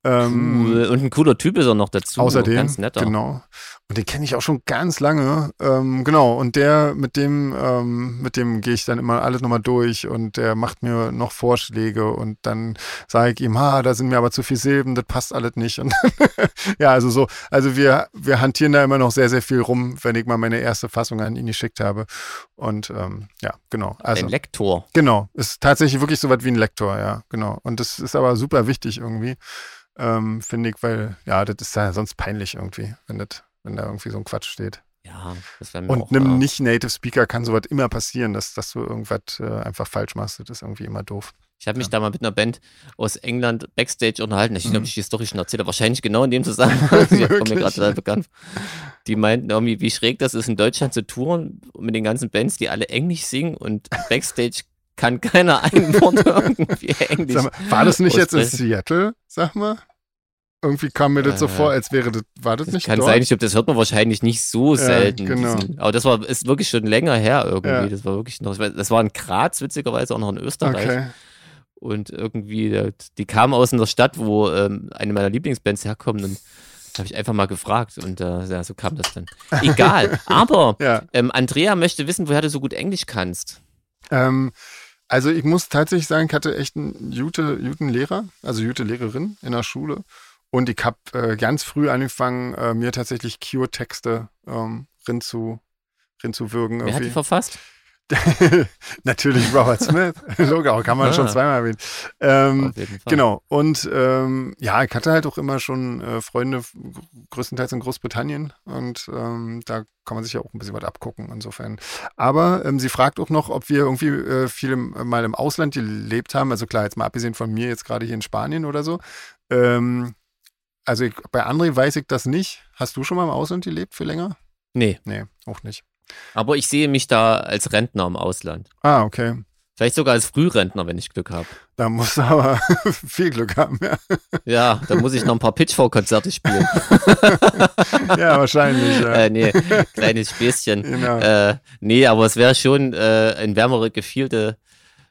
S2: Ähm,
S1: Cool. Und ein cooler Typ ist er noch dazu.
S2: Außerdem,
S1: ganz netter.
S2: genau. Und den kenne ich auch schon ganz lange. Ähm, genau, und der, mit dem, ähm, mit dem gehe ich dann immer alles nochmal durch und der macht mir noch Vorschläge und dann sage ich ihm, ha, da sind mir aber zu viele Silben, das passt alles nicht. Und ja, also so, also wir, wir hantieren da immer noch sehr, sehr viel rum, wenn ich mal meine erste Fassung an ihn geschickt habe. Und ähm, ja, genau. Also,
S1: Ein Lektor.
S2: Genau, ist tatsächlich wirklich so was wie ein Lektor, ja, genau. Und das ist aber super wichtig irgendwie, ähm, finde ich, weil, ja, das ist ja sonst peinlich irgendwie, wenn, das, wenn da irgendwie so ein Quatsch steht.
S1: Ja, das wäre mir auch
S2: Und einem
S1: äh,
S2: nicht-Native Speaker kann sowas immer passieren, dass, dass du irgendwas äh, einfach falsch machst. Das ist irgendwie immer doof.
S1: Ich habe mich
S2: Ja.
S1: da mal mit einer Band aus England Backstage unterhalten. Ich
S2: Mhm.
S1: glaube, ich die Story schon erzählt, habe. wahrscheinlich genau in dem Zusammenhang. Die kommt mir
S2: Möglich.
S1: gerade total bekannt. vor. Die meinten irgendwie, wie schräg das ist, in Deutschland zu touren mit den ganzen Bands, die alle Englisch singen und Backstage kann keiner ein Wort irgendwie Englisch.
S2: Sag mal, war das nicht jetzt in
S1: aussprechen.
S2: Seattle, sag mal? Irgendwie kam mir das so
S1: Äh,
S2: vor, als wäre das, war das,
S1: Das
S2: nicht
S1: kann
S2: dort?
S1: sein, ich glaube, das hört man wahrscheinlich nicht so
S2: Ja,
S1: selten.
S2: genau.
S1: diesen- Aber das war, ist wirklich schon länger her irgendwie.
S2: Ja.
S1: Das war wirklich noch, ich weiß, das war in Graz, witzigerweise auch noch in Österreich.
S2: okay.
S1: Und irgendwie, äh, die kamen aus einer Stadt, wo ähm, eine meiner Lieblingsbands herkommt. Und habe ich einfach mal gefragt. Und äh, ja, so kam das dann. Egal. Aber
S2: Ja.
S1: ähm, Andrea möchte wissen, woher du so gut Englisch kannst.
S2: Ähm, Also ich muss tatsächlich sagen, ich hatte echt einen gute, guten Lehrer, also gute Lehrerin in der Schule. Und ich habe äh, ganz früh angefangen, äh, mir tatsächlich Cure-Texte ähm, rin zu, rin zu würgen.
S1: Wer hat die
S2: irgendwie.
S1: verfasst?
S2: Natürlich Robert Smith. Logo, kann man schon
S1: Ah. Oh.
S2: zweimal erwähnen. Ähm,
S1: Auf jeden Fall.
S2: Genau. Und ähm, ja, ich hatte halt auch immer schon äh, Freunde, f- gr- größtenteils in Großbritannien. Und ähm, da kann man sich ja auch ein bisschen was abgucken, insofern. Aber ähm, sie fragt auch noch, ob wir irgendwie äh, viel im, mal im Ausland gelebt haben. Also klar, jetzt mal abgesehen von mir, jetzt gerade hier in Spanien oder so. Ähm, also ich, bei André weiß ich das nicht. Hast du schon mal im Ausland gelebt für länger?
S1: Nee,
S2: Nee, auch nicht.
S1: aber ich sehe mich da als Rentner im Ausland.
S2: Ah, okay.
S1: Vielleicht sogar als Frührentner, wenn ich Glück habe.
S2: Da musst du aber viel Glück haben, ja.
S1: Ja, dann muss ich noch ein paar Pitchfork-Konzerte spielen.
S2: Ja, wahrscheinlich. Ja.
S1: äh, nee, kleines Späßchen.
S2: Genau.
S1: Äh, nee, aber es wäre schon äh, in wärmere Gefilde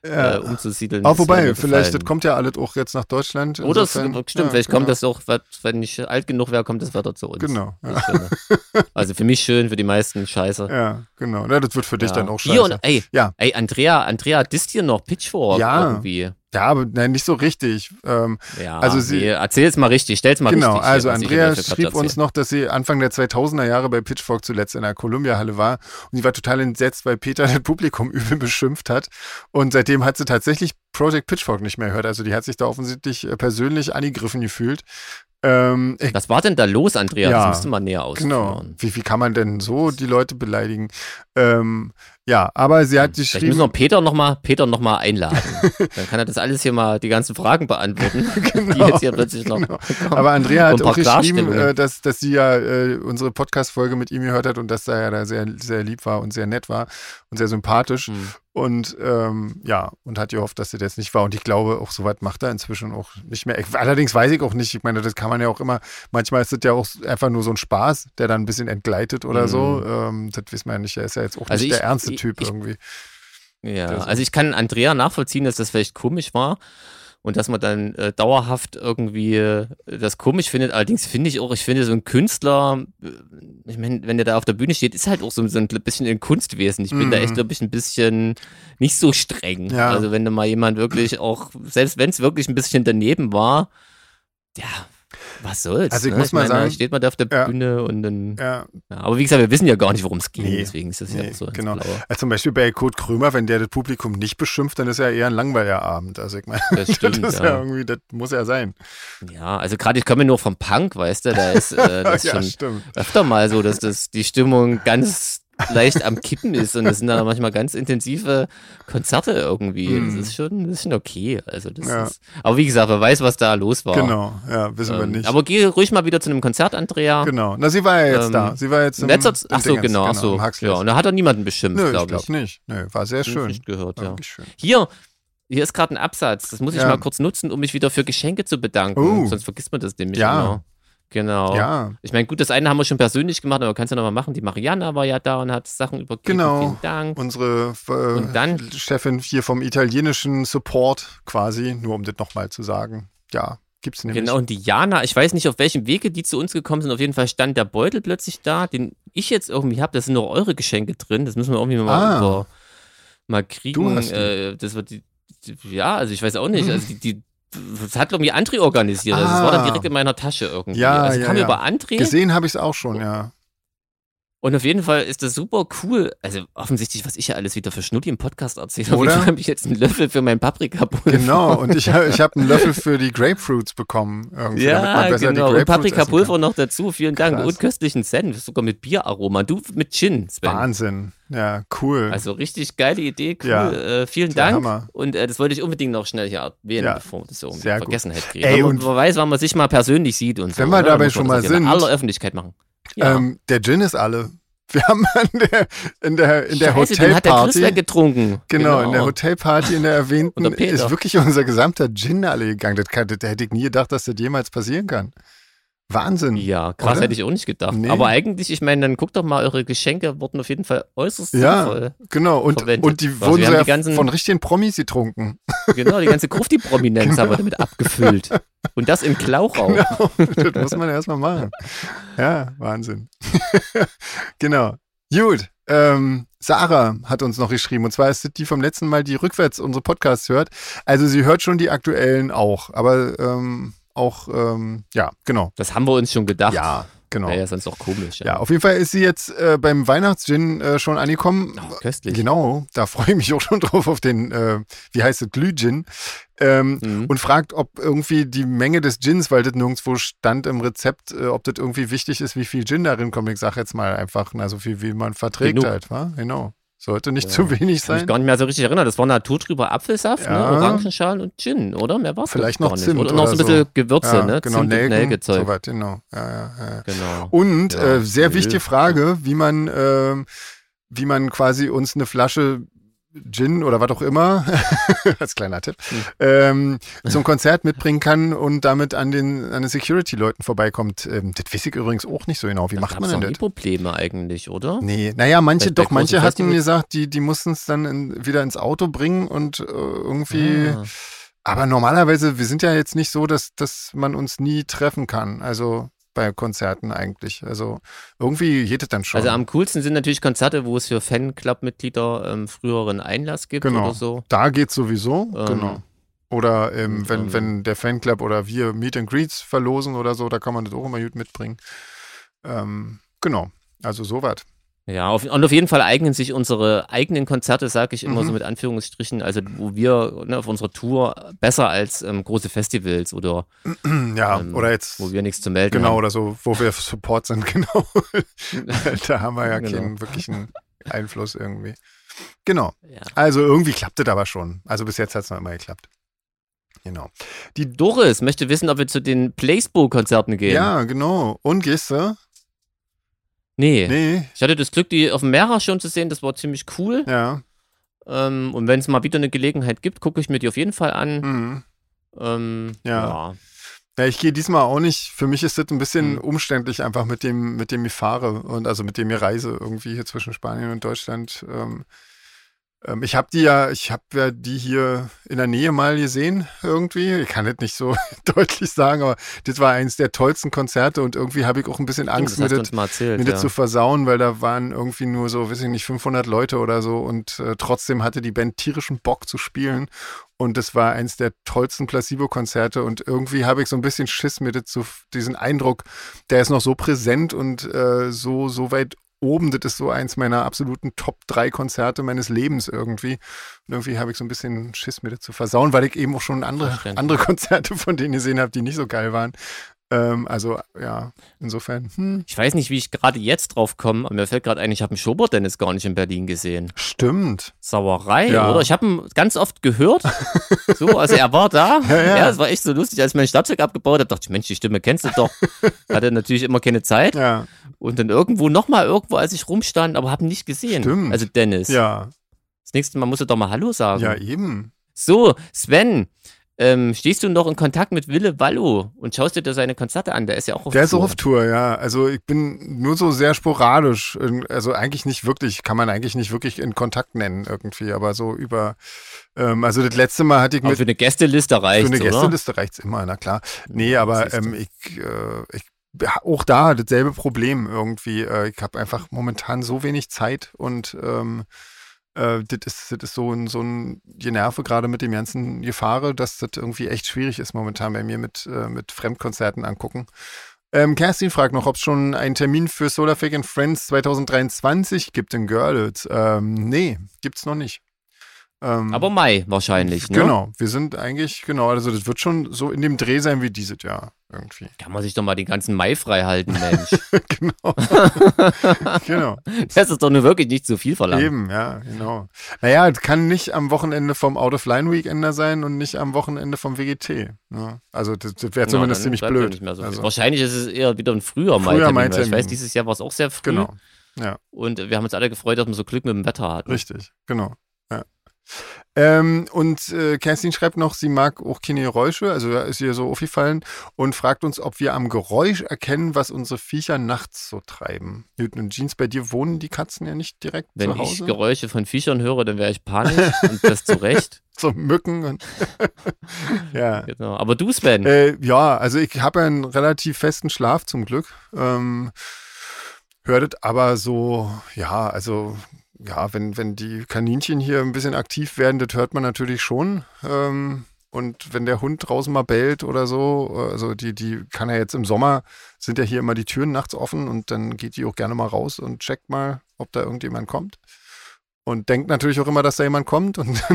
S2: ja.
S1: äh, umzusiedeln.
S2: Auch
S1: Das würde
S2: Ah, wobei,
S1: mir
S2: vielleicht, das
S1: gefallen.
S2: kommt ja alles auch jetzt nach Deutschland.
S1: Oder es,
S2: insofern-
S1: stimmt,
S2: ja,
S1: vielleicht
S2: genau.
S1: kommt das auch, was- wenn ich alt genug wäre, kommt das weiter zu uns.
S2: Genau, ja,
S1: Das Schöne. Also für mich schön, für die meisten scheiße.
S2: ja genau. Na, das wird für dich
S1: Ja.
S2: dann auch
S1: Hier und,
S2: scheiße.
S1: ey,
S2: Ja.
S1: ey, Andrea, Andrea, disst hier noch Pitchfork
S2: Ja.
S1: irgendwie.
S2: Ja, aber nein, nicht so richtig. Ähm,
S1: Ja,
S2: Also sie-
S1: nee, erzähl's mal richtig, stell's mal
S2: genau,
S1: richtig. hier,
S2: also
S1: was ich
S2: Andrea
S1: hier für Quatsch
S2: schrieb uns
S1: erzähle.
S2: noch, dass sie Anfang der 2000er Jahre bei Pitchfork zuletzt in der Columbia-Halle war und sie war total entsetzt, weil Peter das Publikum übel beschimpft hat und seitdem hat sie tatsächlich Project Pitchfork nicht mehr gehört. Also die hat sich da offensichtlich äh, persönlich angegriffen gefühlt. Ähm, ich
S1: Was war denn da los, Andrea?
S2: Ja,
S1: Das musst du mal näher ausführen.
S2: Genau. Wie, wie kann man denn so die Leute beleidigen? Ähm, ja, aber sie hat
S1: Hm, Vielleicht müssen
S2: geschrieben.
S1: wir Peter nochmal Peter noch mal einladen. Dann kann er das alles hier mal, die ganzen Fragen beantworten, die jetzt hier plötzlich noch.
S2: Genau. Aber Andrea
S1: Und
S2: hat
S1: ein paar
S2: auch geschrieben,
S1: Klarstellungen.
S2: äh, dass, dass sie ja äh, unsere Podcast-Folge mit ihm gehört hat und dass er ja da sehr, sehr lieb war und sehr nett war und sehr sympathisch.
S1: Hm.
S2: Und ähm, ja, und hat gehofft, dass er das nicht war. Und ich glaube, auch so was macht er inzwischen auch nicht mehr. Ich, allerdings weiß ich auch nicht, ich meine, das kann man ja auch immer, manchmal ist das ja auch einfach nur so ein Spaß, der dann ein bisschen entgleitet oder
S1: Mhm.
S2: so. Ähm, das wissen wir ja nicht, er ist ja jetzt auch
S1: Also
S2: nicht
S1: ich-
S2: der ernste
S1: ich-
S2: Typ
S1: ich-
S2: irgendwie.
S1: Ja,
S2: Der so-
S1: also ich kann Andrea nachvollziehen, dass das vielleicht komisch war und dass man dann äh, dauerhaft irgendwie äh, das komisch findet. Allerdings finde ich auch, ich finde so ein Künstler, äh, ich meine, wenn der da auf der Bühne steht, ist halt auch so, so ein bisschen ein Kunstwesen. Ich bin da echt,
S2: Mhm.
S1: glaube ich, ein bisschen nicht so streng.
S2: Ja.
S1: Also wenn da mal jemand wirklich auch, selbst wenn es wirklich ein bisschen daneben war, ja, was soll's.
S2: Also ich
S1: ne?
S2: muss mal
S1: meine, da
S2: sagen-
S1: steht man da auf der
S2: Ja.
S1: Bühne und dann,
S2: Ja,
S1: ja, aber wie gesagt, wir wissen ja gar nicht, worum es ging,
S2: Nee.
S1: deswegen ist das ja
S2: Nee,
S1: auch so ins
S2: genau.
S1: Blaue.
S2: Also zum Beispiel bei Kurt Krömer, wenn der das Publikum nicht beschimpft, dann ist ja eher ein langweiliger Abend. Also ich meine,
S1: Das stimmt,
S2: das ist ja,
S1: ja.
S2: irgendwie, das muss ja sein.
S1: Ja, also gerade ich komme nur vom Punk, weißt du, da ist äh, das
S2: ja,
S1: schon
S2: stimmt.
S1: öfter mal so, dass das die Stimmung ganz leicht am Kippen ist und es sind dann manchmal ganz intensive Konzerte irgendwie.
S2: Mhm.
S1: Das ist schon, das ist schon okay. Also das
S2: Ja.
S1: ist, aber wie gesagt, wer weiß, was da los war.
S2: Genau, ja, wissen wir
S1: Ähm,
S2: nicht.
S1: Aber geh ruhig mal wieder zu einem Konzert, Andrea.
S2: genau. Na, sie war ja jetzt
S1: Ähm,
S2: da. Sie war jetzt
S1: In
S2: im,
S1: letzter
S2: im
S1: Ach so,
S2: Dingens,
S1: genau, ach
S2: im
S1: so.
S2: Huxleys.
S1: Ja, und da hat er niemanden beschimpft,
S2: Nö, ich
S1: glaube ich.
S2: glaube nicht. Nö, war sehr
S1: Hab ich
S2: schön.
S1: Nicht gehört,
S2: War
S1: ja.
S2: wirklich schön.
S1: Hier, hier ist gerade ein Absatz. Das muss ich
S2: Ja.
S1: mal kurz nutzen, um mich wieder für Geschenke zu bedanken.
S2: Oh.
S1: Sonst vergisst man das nämlich
S2: Ja.
S1: immer. Genau.
S2: Ja,
S1: Ich meine, gut, das eine haben wir schon persönlich gemacht, aber kannst du ja nochmal machen. Die Mariana war ja da und hat Sachen übergeben.
S2: Genau.
S1: Vielen Dank.
S2: unsere äh,
S1: Und dann-
S2: Chefin hier vom italienischen Support quasi, nur um das nochmal zu sagen. Ja, gibt's nämlich.
S1: Genau, und die Jana, ich weiß nicht, auf welchem Wege die zu uns gekommen sind. Auf jeden Fall stand der Beutel plötzlich da, den ich jetzt irgendwie habe. Da sind noch eure Geschenke drin. Das müssen wir irgendwie mal,
S2: Ah.
S1: über, mal kriegen.
S2: Du hast die.
S1: äh, das wird die, die, ja, also ich weiß auch nicht. Also die, die, das hat, glaube ich, André organisiert. Also das war dann
S2: Ah.
S1: direkt in meiner Tasche irgendwie.
S2: Ja,
S1: also
S2: ja,
S1: kam
S2: ja.
S1: über André.
S2: Gesehen habe ich es auch schon, ja.
S1: Und auf jeden Fall ist das super cool. Also offensichtlich, was ich ja alles wieder für Schnulli im Podcast erzähle. Auf
S2: Oder?
S1: jeden Fall habe ich jetzt einen Löffel für meinen Paprikapulver.
S2: Genau, und ich, ich habe einen Löffel für die Grapefruits bekommen. Irgendwie, damit man
S1: Ja,
S2: besser die
S1: genau. Und
S2: Grapefruits essen kann.
S1: Paprikapulver noch dazu. Vielen Dank.
S2: Krass.
S1: Und köstlichen Senf, sogar mit Bieraroma. Du mit Gin, Sven.
S2: Wahnsinn. Ja, cool.
S1: Also richtig geile Idee, cool.
S2: Ja.
S1: Äh, vielen
S2: Der
S1: Dank.
S2: Hammer.
S1: Und äh, das wollte ich unbedingt noch schnell hier erwähnen,
S2: Ja.
S1: bevor wir das irgendwie
S2: Sehr
S1: in
S2: gut.
S1: Vergessenheit kriegen.
S2: Ey,
S1: Ey,
S2: und-
S1: und man weiß, wann man sich mal persönlich sieht und so.
S2: Wenn wir
S1: ne?
S2: dabei
S1: Muss
S2: schon
S1: man das
S2: mal
S1: ja in
S2: sind,
S1: aller Öffentlichkeit machen. Ja.
S2: ähm, der Gin ist alle. Wir haben an der, in der, in der
S1: Scheiße, den hat der Chris
S2: Hotelparty.
S1: weggetrunken.
S2: Genau, in der Hotelparty, in der
S1: Und
S2: erwähnten,
S1: der Peter.
S2: ist wirklich unser gesamter Gin alle gegangen. Das, kann, das, da hätte ich nie gedacht, dass das jemals passieren kann. Wahnsinn.
S1: Ja, krass,
S2: Oder?
S1: hätte ich auch nicht gedacht.
S2: Nee.
S1: Aber eigentlich, ich meine, dann guckt doch mal, eure Geschenke wurden auf jeden Fall äußerst
S2: Ja.
S1: sinnvoll.
S2: Genau, und,
S1: Verwendet.
S2: und die
S1: Also
S2: wurden
S1: wir haben
S2: so
S1: die
S2: ja
S1: ganzen-
S2: von richtigen Promis getrunken.
S1: Genau, die ganze Gruft, die Prominenz haben wir damit abgefüllt. Und das im Klauchau.
S2: Genau, das muss man erstmal machen. Ja, Wahnsinn. genau. Gut, ähm, Sarah hat uns noch geschrieben. Und zwar ist das die vom letzten Mal, die rückwärts unsere Podcasts hört. Also sie hört schon die aktuellen auch. Aber ähm, auch, ähm, ja, genau.
S1: Das haben wir uns schon gedacht.
S2: Ja, genau.
S1: Wäre ja sonst auch komisch.
S2: Ja, auf jeden Fall ist sie jetzt äh, beim Weihnachtsgin äh, schon angekommen.
S1: Oh, köstlich.
S2: Genau, da freue ich mich auch schon drauf auf den, äh, wie heißt es, Glühgin. Ähm,
S1: Mhm.
S2: und fragt, ob irgendwie die Menge des Gins, weil das nirgendwo stand im Rezept, äh, ob das irgendwie wichtig ist, wie viel Gin darin kommt. Ich sag jetzt mal einfach, na, so viel wie man verträgt
S1: Genug.
S2: halt, wa? Genau. Sollte nicht
S1: Ja.
S2: zu wenig
S1: Kann mich
S2: sein.
S1: gar nicht mehr so richtig erinnern. Das war naturtrüber Apfelsaft,
S2: Ja.
S1: ne? Orangenschalen und Gin, oder? Mehr war es
S2: Vielleicht
S1: doch
S2: noch
S1: gar nicht.
S2: Zimt
S1: Oder noch so ein
S2: oder
S1: bisschen
S2: so.
S1: Gewürze,
S2: ja,
S1: ne?
S2: Genau,
S1: Zimt
S2: Nelken,
S1: und Nelkezeug.
S2: soweit, genau. Ja, ja, ja, ja.
S1: genau.
S2: Und
S1: Ja,
S2: äh, sehr
S1: nö.
S2: wichtige Frage, wie man, ähm, wie man quasi uns eine Flasche Gin oder was auch immer, als kleiner Tipp,
S1: Hm.
S2: ähm, zum Konzert mitbringen kann und damit an den, an den Security-Leuten vorbeikommt. Ähm, das weiß ich übrigens auch nicht so genau. Wie macht
S1: Gab's
S2: man
S1: noch
S2: denn
S1: nie
S2: das?
S1: Probleme eigentlich, oder?
S2: Nee, naja, manche,
S1: Bei- bei
S2: doch, manche
S1: großen
S2: hatten
S1: Festivals?
S2: gesagt, die, die mussten es dann in, wieder ins Auto bringen und äh, irgendwie.
S1: Ah.
S2: Aber normalerweise, wir sind ja jetzt nicht so, dass, dass man uns nie treffen kann. Also bei Konzerten eigentlich. Also irgendwie geht es dann schon.
S1: Also am coolsten sind natürlich Konzerte, wo es für Fanclub-Mitglieder ähm, früheren Einlass gibt
S2: Genau.
S1: oder so.
S2: da geht's sowieso.
S1: Ähm,
S2: genau. Oder ähm,
S1: und,
S2: wenn,
S1: ähm,
S2: wenn der Fanclub oder wir Meet and Greets verlosen oder so, da kann man das auch immer gut mitbringen. Ähm, genau. Also soweit.
S1: Ja, auf, und auf jeden Fall eignen sich unsere eigenen Konzerte, sage ich immer
S2: Mhm.
S1: so mit Anführungsstrichen, also wo wir ne, auf unserer Tour besser als ähm, große Festivals oder
S2: Ja,
S1: Ähm,
S2: oder jetzt.
S1: wo wir nichts zu melden
S2: Genau,
S1: haben.
S2: oder so, wo wir Support sind, genau. da haben wir ja
S1: Genau.
S2: keinen wirklichen Einfluss irgendwie. Genau.
S1: Ja.
S2: Also irgendwie klappt es aber schon. Also bis jetzt hat es noch immer geklappt. Genau.
S1: Doris möchte wissen, ob wir zu den Placebo-Konzerten gehen.
S2: Ja, genau. Und gehst du?
S1: Nee.
S2: Nee.
S1: Ich hatte das Glück, die auf dem Mehrer schon zu sehen, das war ziemlich cool.
S2: Ja.
S1: Ähm, und wenn es mal wieder eine Gelegenheit gibt, gucke ich mir die auf jeden Fall an.
S2: Mhm.
S1: Ähm,
S2: Ja.
S1: ja.
S2: Ja, ich gehe diesmal auch nicht. Für mich ist das ein bisschen
S1: Mhm.
S2: umständlich, einfach mit dem, mit dem ich fahre und also mit dem ich reise, irgendwie hier zwischen Spanien und Deutschland. Ähm, ähm, ich habe die ja, ich habe ja die hier in der Nähe mal gesehen, irgendwie. Ich kann das nicht so deutlich sagen, aber das war eines der tollsten Konzerte und irgendwie habe ich auch ein bisschen Angst,
S1: Stimmt, das
S2: mir
S1: hast du
S2: das
S1: uns mal erzählt.
S2: mir
S1: ja.
S2: das zu versauen, weil da waren irgendwie nur so, weiß ich nicht, 500 Leute oder so und äh, trotzdem hatte die Band tierischen Bock zu spielen und das war eins der tollsten Placebo-Konzerte und irgendwie habe ich so ein bisschen Schiss mir das zu, diesen Eindruck, der ist noch so präsent und äh, so, so weit oben, das ist so eins meiner absoluten Top-3-Konzerte meines Lebens irgendwie und irgendwie habe ich so ein bisschen Schiss mir das zu versauen, weil ich eben auch schon andere,
S1: Verständlich.
S2: andere Konzerte von denen gesehen habe, die nicht so geil waren. Ähm, also ja, insofern, hm,
S1: Ich weiß nicht, wie ich gerade jetzt drauf komme, aber mir fällt gerade ein, ich habe einen Schobert-Dennis gar nicht in Berlin gesehen.
S2: stimmt.
S1: Sauerei,
S2: Ja.
S1: oder? Ich habe ihn ganz oft gehört. So, also er war da.
S2: Ja, ja.
S1: es war echt so lustig, als ich mein Schlagzeug abgebaut habe, dachte ich, Mensch, die Stimme kennst du doch. Hatte natürlich immer keine Zeit.
S2: Ja,
S1: Und dann irgendwo, nochmal irgendwo, als ich rumstand, aber habe ihn nicht gesehen.
S2: Stimmt.
S1: Also Dennis.
S2: ja,
S1: Das nächste Mal musst du doch mal Hallo sagen.
S2: ja, eben.
S1: So, Sven, ähm, stehst du noch in Kontakt mit Wille Wallo und schaust dir da seine Konzerte an? Der ist ja auch auf
S2: Der ist auch
S1: Tour.
S2: auf Tour, ja. Also ich bin nur so sehr sporadisch. in- Also eigentlich nicht wirklich, kann man eigentlich nicht wirklich in Kontakt nennen irgendwie, aber so über. Ähm, also das letzte Mal hatte ich
S1: Aber
S2: mit.
S1: für eine Gästeliste
S2: Für
S1: reicht
S2: eine
S1: oder?
S2: Gästeliste reicht's immer, na klar. Nee, aber
S1: siehst du.
S2: ähm, ich, äh, ich auch da dasselbe Problem irgendwie. Äh, ich habe einfach momentan so wenig Zeit und ähm, äh, das ist, das ist so ein, so ein Generve gerade mit dem ganzen Gefahre, dass das irgendwie echt schwierig ist momentan bei mir mit, äh, mit Fremdkonzerten angucken. Ähm, Kerstin fragt noch, ob es schon einen Termin für Solarfake and Friends 2023 gibt in Görlitz. Ähm, nee, gibt's noch nicht. Ähm,
S1: Aber Mai wahrscheinlich, ne?
S2: Genau, wir sind eigentlich, genau, also das wird schon so in dem Dreh sein wie dieses Jahr irgendwie.
S1: Kann man sich doch mal den ganzen Mai frei halten, Mensch.
S2: genau. genau.
S1: das ist doch nun wirklich nicht zu viel verlangt.
S2: Eben, ja, genau. Naja, es kann nicht am Wochenende vom Out of Line Weekender sein und nicht am Wochenende vom WGT. Ne? Also das, das
S1: Ja,
S2: wäre zumindest
S1: Genau, dann
S2: ziemlich
S1: bleibt ja
S2: blöd.
S1: Nicht mehr so viel.
S2: also,
S1: Wahrscheinlich ist es eher wieder ein früher Mai.
S2: Früher
S1: Termin, weil ich
S2: Mai-Termin.
S1: weiß, dieses Jahr war es auch sehr früh.
S2: genau,
S1: Und wir haben uns alle gefreut, dass wir so Glück mit dem Wetter hatten.
S2: richtig, genau. Ja. Ähm, und äh, Kerstin schreibt noch, sie mag auch keine Geräusche, also da ist ihr so aufgefallen und fragt uns, ob wir am Geräusch erkennen, was unsere Viecher nachts so treiben. Newton und Jeans, bei dir wohnen die Katzen ja nicht direkt
S1: Wenn
S2: zu Hause.
S1: ich Geräusche von Viechern höre, dann wäre ich panisch und das zu Recht.
S2: so Mücken und ja.
S1: Genau. Aber du, Sven,
S2: Äh, ja, also ich habe einen relativ festen Schlaf zum Glück. Ähm, hörtet aber so, ja, also ja, wenn, wenn die Kaninchen hier ein bisschen aktiv werden, das hört man natürlich schon. Ähm, und wenn der Hund draußen mal bellt oder so, also die, die kann ja jetzt im Sommer, sind ja hier immer die Türen nachts offen und dann geht die auch gerne mal raus und checkt mal, ob da irgendjemand kommt. Und denkt natürlich auch immer, dass da jemand kommt und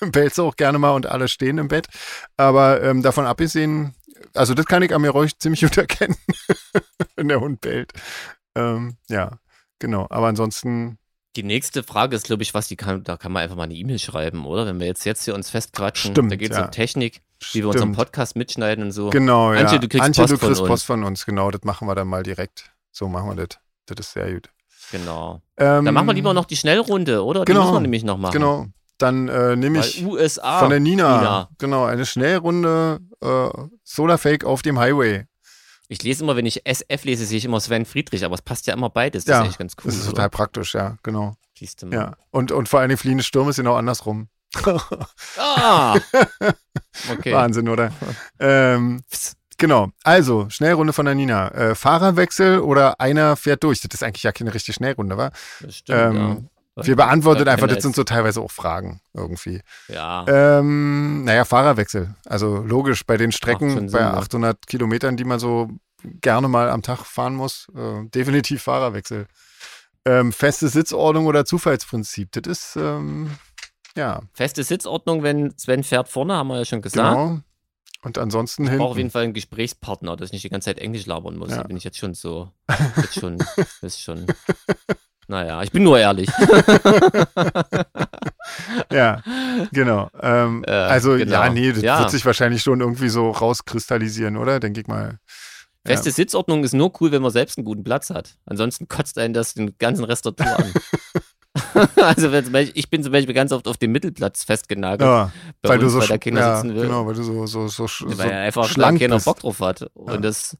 S2: dann bellt sie auch gerne mal und alle stehen im Bett. Aber ähm, davon abgesehen, also das kann ich am Geräusch ziemlich gut erkennen, wenn der Hund bellt. Ähm, ja, genau. Aber ansonsten
S1: die nächste Frage ist, glaube ich, was die kann, da kann man einfach mal eine E-Mail schreiben, oder? Wenn wir jetzt, jetzt hier uns festquatschen,
S2: Stimmt,
S1: da geht es
S2: ja.
S1: um Technik, wie wir
S2: Stimmt.
S1: unseren Podcast mitschneiden und so.
S2: Genau, ja.
S1: Antje, du kriegst Post
S2: du
S1: von
S2: kriegst
S1: uns.
S2: Post von uns, genau. Das machen wir dann mal direkt. So machen wir das. Das ist sehr gut.
S1: Genau.
S2: Ähm,
S1: Dann machen wir lieber noch die Schnellrunde, oder? Die
S2: genau.
S1: müssen wir nämlich noch machen.
S2: Genau. Dann äh, nehme
S1: Weil
S2: ich
S1: USA.
S2: von der Nina,
S1: Nina.
S2: Genau, eine Schnellrunde äh, Solarfake auf dem Highway.
S1: ich lese immer, wenn ich SF lese, sehe ich immer Sven Friedrich, aber es passt ja immer beides. Das
S2: Ja,
S1: ist eigentlich ganz cool. Mhm.
S2: das ist
S1: oder?
S2: total praktisch, ja, genau.
S1: Siehst du mal.
S2: Ja. Und, und vor allen Dingen fliehende Stürme ist genau andersrum.
S1: Ah! Okay.
S2: Wahnsinn, oder? ähm, genau. Also, Schnellrunde von der Nina. Äh, Fahrerwechsel oder einer fährt durch. Das ist eigentlich ja keine richtige Schnellrunde, wa?
S1: Das stimmt,
S2: Ähm,
S1: ja.
S2: Wir beantworten
S1: Da
S2: einfach,
S1: keiner
S2: das sind
S1: ist-
S2: so teilweise auch Fragen irgendwie.
S1: ja.
S2: Ähm, naja, Fahrerwechsel. Also logisch, bei den Strecken,
S1: schon Sinn,
S2: bei
S1: ja.
S2: 800 Kilometern, die man so gerne mal am Tag fahren muss, äh, definitiv Fahrerwechsel. Ähm, feste Sitzordnung oder Zufallsprinzip, das ist, ähm, ja,
S1: Feste Sitzordnung, wenn Sven fährt vorne, haben wir ja schon gesagt.
S2: genau. Und ansonsten
S1: Ich brauche auf
S2: Genau, hinten.
S1: jeden Fall einen Gesprächspartner, dass ich nicht die ganze Zeit Englisch labern muss.
S2: Ja.
S1: Da bin ich jetzt schon so. Jetzt schon, ist schon. Naja, ich bin nur ehrlich.
S2: Ja, genau. Ähm,
S1: Äh,
S2: also, ja,
S1: genau.
S2: nee, das
S1: Ja.
S2: wird sich wahrscheinlich schon irgendwie so rauskristallisieren, oder? Denke ich mal. Ja.
S1: Feste Sitzordnung ist nur cool, wenn man selbst einen guten Platz hat. Ansonsten kotzt einen das den ganzen Restaurant an. also wenn zum Beispiel, ich bin zum Beispiel ganz oft auf dem Mittelplatz festgenagelt,
S2: Ja,
S1: bei
S2: weil
S1: uns,
S2: du so,
S1: weil da
S2: sch-
S1: keiner
S2: ja,
S1: sitzen will.
S2: Genau, weil du so, so, so, sch- so
S1: weil einfach da
S2: schlank
S1: keiner
S2: bist.
S1: Bock drauf hat. Und
S2: Ja.
S1: das,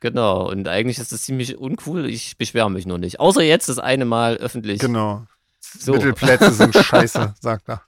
S1: genau, und eigentlich ist das ziemlich uncool. Ich beschwere mich nur nicht. Außer jetzt das eine Mal öffentlich.
S2: Genau.
S1: So.
S2: Mittelplätze sind scheiße, sagt er.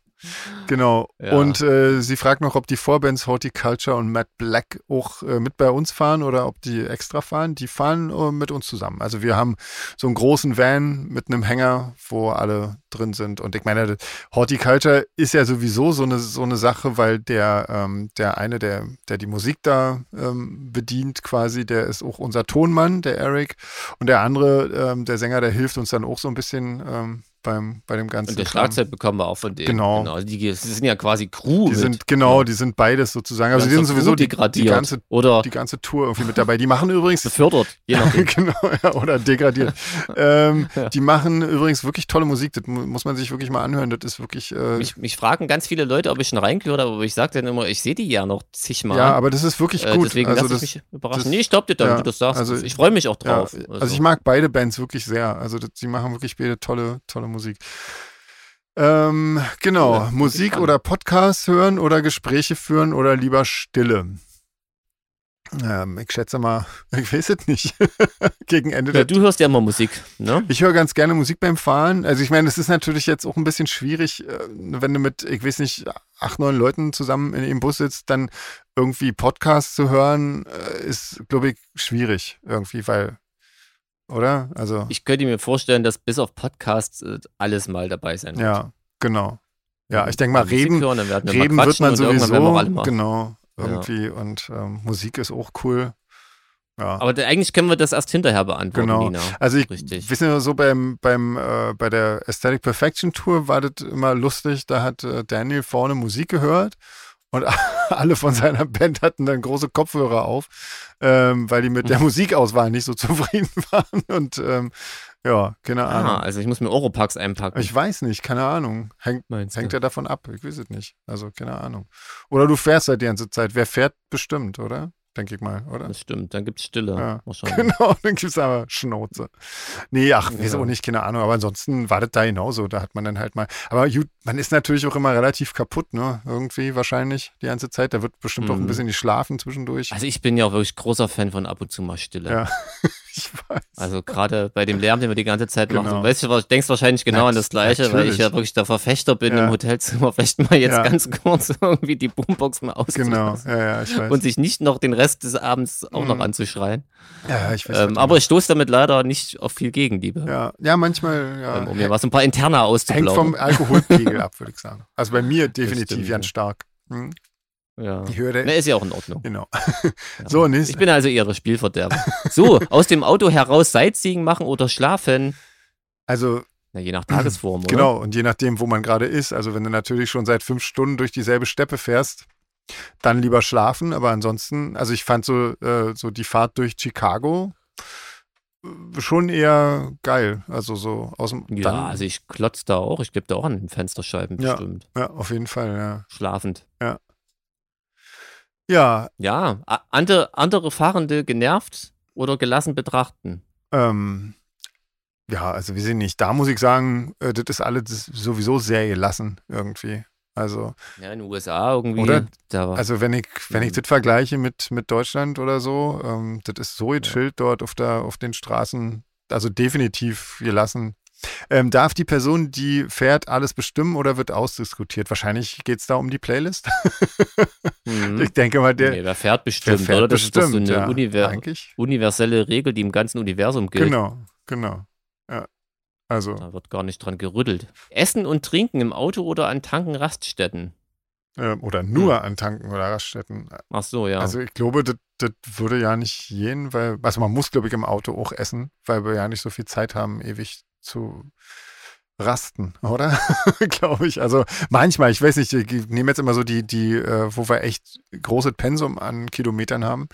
S2: Genau.
S1: Ja.
S2: Und äh, sie fragt noch, ob die Vorbands Horticulture und Matt Black auch äh, mit bei uns fahren oder ob die extra fahren. Die fahren äh, mit uns zusammen. Also wir haben so einen großen Van mit einem Hänger, wo alle drin sind. Und ich meine, das Horticulture ist ja sowieso so eine, so eine Sache, weil der, ähm, der eine, der, der die Musik da ähm, bedient quasi, der ist auch unser Tonmann, der Eric. Und der andere, ähm, der Sänger, der hilft uns dann auch so ein bisschen ähm, beim, bei dem ganzen
S1: Und der
S2: Kram.
S1: Schlagzeug bekommen wir auch von denen.
S2: Genau.
S1: also Die, die sind ja quasi Crew.
S2: Die
S1: mit.
S2: sind, genau, die sind beides sozusagen. Also die sind
S1: Ganzer
S2: sowieso
S1: Crew
S2: die, die,
S1: degradiert
S2: ganze,
S1: oder
S2: die ganze Tour irgendwie mit dabei. Die machen übrigens
S1: befördert, je nachdem.
S2: genau, ja, oder degradiert. ähm, Die machen übrigens wirklich tolle Musik. Das mu- muss man sich wirklich mal anhören. Das ist wirklich. Äh,
S1: mich, mich fragen ganz viele Leute, ob ich schon reingehört habe, aber ich sage dann immer, ich sehe die ja noch zigmal.
S2: ja, aber das ist wirklich
S1: äh,
S2: gut.
S1: deswegen
S2: also,
S1: lasse
S2: das,
S1: ich mich überraschen.
S2: das-
S1: nee, stopp dir dann,
S2: ja,
S1: wie du das sagst.
S2: also-
S1: ich freue mich auch
S2: ja,
S1: drauf.
S2: also, ich mag beide Bands wirklich sehr. Also das, die machen wirklich beide tolle, tolle Musik. Ähm, genau,
S1: Ja,
S2: Musik
S1: kann.
S2: oder Podcast hören oder Gespräche führen oder lieber Stille. Ähm, ich schätze mal, ich weiß es nicht. Gegen Ende
S1: ja,
S2: der
S1: du hörst ja immer Musik, ne?
S2: Ich höre ganz gerne Musik beim Fahren. Also ich meine, es ist natürlich jetzt auch ein bisschen schwierig, äh, wenn du mit, ich weiß nicht, acht, neun Leuten zusammen in dem Bus sitzt, dann irgendwie Podcasts zu hören, äh, ist, glaube ich, schwierig irgendwie, weil, oder? Also,
S1: Ich könnte mir vorstellen, dass bis auf Podcasts äh, alles mal dabei sein wird. Also
S2: ja, genau. Ja, ich denke mal,
S1: Musik
S2: reden,
S1: Hören, dann werden wir
S2: reden
S1: mal
S2: wird
S1: quatschen
S2: man
S1: und irgendwann
S2: sowieso.
S1: werden wir auch alle mal.
S2: genau,
S1: Ja.
S2: irgendwie. Und ähm, Musik ist auch cool. Ja.
S1: Aber da, eigentlich können wir das erst hinterher beantworten,
S2: Genau.
S1: Nina.
S2: Also ich
S1: Richtig.
S2: Wissen wir so beim, beim äh, bei der Aesthetic Perfection Tour war das immer lustig, da hat äh, Daniel vorne Musik gehört und alle von seiner Band hatten dann große Kopfhörer auf, ähm, weil die mit
S1: Mhm.
S2: der Musikauswahl nicht so zufrieden waren und ähm, ja, keine
S1: Ah,
S2: Ahnung.
S1: also ich muss mir Oropax einpacken.
S2: genau. Ich weiß nicht, keine Ahnung. Hängt,
S1: Meinst du?
S2: hängt ja davon ab, ich weiß es nicht. Also keine Ahnung. Oder du fährst halt die ganze Zeit. Wer fährt bestimmt, oder? Denke ich mal, oder?
S1: Das stimmt, dann gibt es Stille.
S2: Ja.
S1: Wahrscheinlich.
S2: Genau, dann gibt es aber Schnauze. Nee, ach,
S1: Ja.
S2: wieso nicht, keine Ahnung. Aber ansonsten war das da genauso. Da hat man dann halt mal. Aber gut, man ist natürlich auch immer relativ kaputt, ne? Irgendwie wahrscheinlich die ganze Zeit. Da wird bestimmt auch ein
S1: Mhm.
S2: bisschen nicht schlafen zwischendurch.
S1: Also ich bin ja auch wirklich großer Fan von ab und zu mal Stille.
S2: Ja. Ich weiß.
S1: Also gerade bei dem Lärm, den wir die ganze Zeit
S2: Genau.
S1: machen. Weißt du, was- denkst wahrscheinlich genau
S2: Na,
S1: an das Gleiche, weil ich
S2: natürlich.
S1: ja wirklich der Verfechter bin,
S2: Ja.
S1: im Hotelzimmer vielleicht mal jetzt
S2: Ja.
S1: ganz kurz irgendwie die Boombox mal auszulassen
S2: Genau, Mhm. ja, ja, ich weiß.
S1: und sich nicht noch den Rest des Abends auch noch anzuschreien.
S2: Ja, ich weiß was
S1: Ähm,
S2: du
S1: aber ich stoße damit leider nicht auf viel Gegenliebe.
S2: Ja, ja manchmal ja,
S1: Ähm, um mir was ein paar interner
S2: hängt
S1: auszuplaudern.
S2: vom Alkoholpegel ab, würde ich sagen. Also bei mir definitiv
S1: stimmt,
S2: ganz
S1: ja.
S2: stark. Hm?
S1: Ja.
S2: Ich höre,
S1: Na, ist ja auch in Ordnung.
S2: genau.
S1: Ja.
S2: So, nächstes.
S1: Ich bin also ihre Spielverderber. So, aus dem Auto heraus Sightseeing machen oder schlafen.
S2: Also
S1: Na, je nach Tagesform, oder?
S2: Genau, und je nachdem, wo man gerade ist, also wenn du natürlich schon seit fünf Stunden durch dieselbe Steppe fährst, dann lieber schlafen, aber ansonsten, also ich fand so, äh, so die Fahrt durch Chicago äh, schon eher geil, also so aus dem,
S1: Ja,
S2: dann,
S1: also ich klotz da auch. Ich gebe da auch an den Fensterscheiben
S2: Ja.
S1: bestimmt.
S2: ja, auf jeden Fall, ja.
S1: Schlafend.
S2: Ja,
S1: Ja, a- andere, andere Fahrende genervt oder gelassen betrachten.
S2: ähm, ja, also wir sind nicht, da muss ich sagen, äh, das ist alles sowieso sehr gelassen irgendwie, also
S1: Ja, in den USA irgendwie.
S2: Oder?
S1: Da war,
S2: Also wenn ich, wenn ich
S1: Mhm.
S2: das vergleiche mit, mit Deutschland oder so, ähm, das ist so gechillt dort auf, der, auf den Straßen, also definitiv gelassen. Ähm, darf die Person, die fährt, alles bestimmen oder wird ausdiskutiert? Wahrscheinlich geht es da um die Playlist.
S1: Mhm.
S2: Ich denke mal, der,
S1: nee, wer fährt bestimmt,
S2: der fährt
S1: oder? Das ist
S2: bestimmt.
S1: doch so eine
S2: ja,
S1: univer
S2: eigentlich.
S1: universelle Regel, die im ganzen Universum gilt.
S2: Genau, genau. Ja. Also,
S1: Da wird gar nicht dran gerüttelt. Essen und Trinken im Auto oder an Tanken Raststätten.
S2: ähm, oder nur
S1: Hm.
S2: an Tanken oder Raststätten.
S1: Ach so, ja.
S2: Also ich glaube, das, das würde ja nicht gehen, weil, also man muss, glaube ich, im Auto auch essen, weil wir ja nicht so viel Zeit haben, ewig zu rasten, oder? glaube ich. Also manchmal, ich weiß nicht, ich nehme jetzt immer so die, die, äh, wo wir echt großes Pensum an Kilometern haben.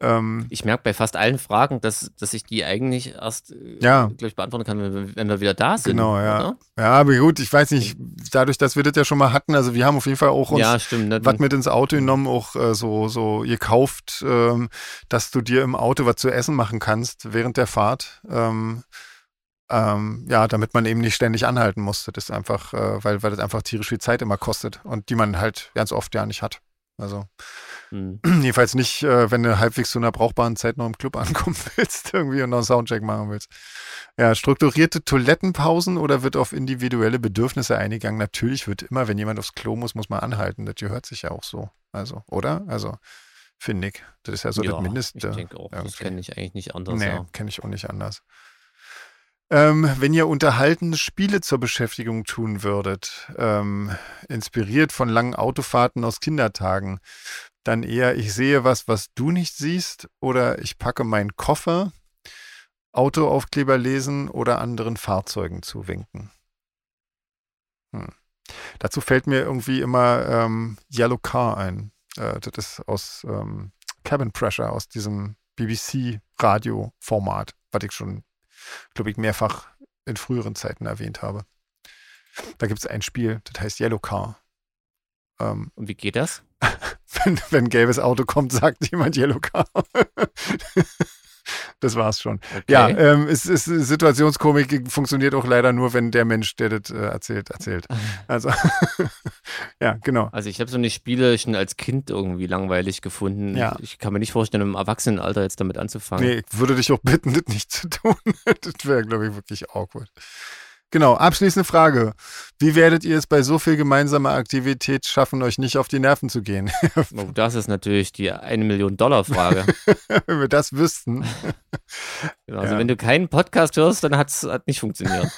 S2: Ähm,
S1: ich merke bei fast allen Fragen, dass, dass ich die eigentlich erst äh,
S2: Ja.
S1: gleich beantworten kann, wenn, wir- wenn wir wieder da sind.
S2: Genau, ja.
S1: Oder?
S2: ja, aber gut, ich weiß nicht, dadurch, dass wir das ja schon mal hatten, also wir haben auf jeden Fall auch uns
S1: Ja, stimmt. Ne?
S2: was mit ins Auto genommen, auch äh, so, so gekauft, ähm, dass du dir im Auto was zu essen machen kannst während der Fahrt. Ähm, ähm, ja, damit man eben nicht ständig anhalten muss. Das ist einfach, äh, weil, weil das einfach tierisch viel Zeit immer kostet und die man halt ganz oft ja nicht hat. Also
S1: Hm.
S2: jedenfalls nicht, äh, wenn du halbwegs zu einer brauchbaren Zeit noch im Club ankommen willst irgendwie und noch einen Soundcheck machen willst. Ja, strukturierte Toilettenpausen oder wird auf individuelle Bedürfnisse eingegangen? Natürlich wird immer, wenn jemand aufs Klo muss, muss man anhalten. Das gehört sich ja auch so. Also, oder? Also, finde ich. Das ist Also ja so
S1: ja,
S2: das Mindeste.
S1: Ich denke auch, das
S2: irgendwie.
S1: kenne ich eigentlich nicht anders.
S2: nee,
S1: Ja.
S2: kenne ich auch nicht anders. Ähm, wenn ihr unterhaltende Spiele zur Beschäftigung tun würdet, ähm, inspiriert von langen Autofahrten aus Kindertagen, dann eher ich sehe was, was du nicht siehst oder ich packe meinen Koffer, Autoaufkleber lesen oder anderen Fahrzeugen zuwinken. Hm. Dazu fällt mir irgendwie immer ähm, Yellow Car ein. Äh, das ist aus ähm, Cabin Pressure, aus diesem BBC-Radio-Format, was ich schon, glaube ich, mehrfach in früheren Zeiten erwähnt habe. Da gibt es ein Spiel, das heißt Yellow Car. Ähm,
S1: Und wie geht das?
S2: wenn, wenn gelbes Auto kommt, sagt jemand Yellow Car. das war's schon.
S1: Okay.
S2: Ja, ähm, es ist Situationskomik funktioniert auch leider nur, wenn der Mensch, der das äh, erzählt, erzählt. Also ja, genau.
S1: Also ich habe so eine Spiele schon als Kind irgendwie langweilig gefunden.
S2: Ja.
S1: Ich kann mir nicht vorstellen, im Erwachsenenalter jetzt damit anzufangen.
S2: Nee, ich würde dich auch bitten, das nicht zu tun. das wäre, glaube ich, wirklich awkward. Genau, abschließende Frage. Wie werdet ihr es bei so viel gemeinsamer Aktivität schaffen, euch nicht auf die Nerven zu gehen?
S1: Oh, das ist natürlich die eine Million Dollar Frage.
S2: Wenn wir das wüssten.
S1: Ja, also
S2: Ja.
S1: wenn du keinen Podcast hörst, dann hat's, hat nicht funktioniert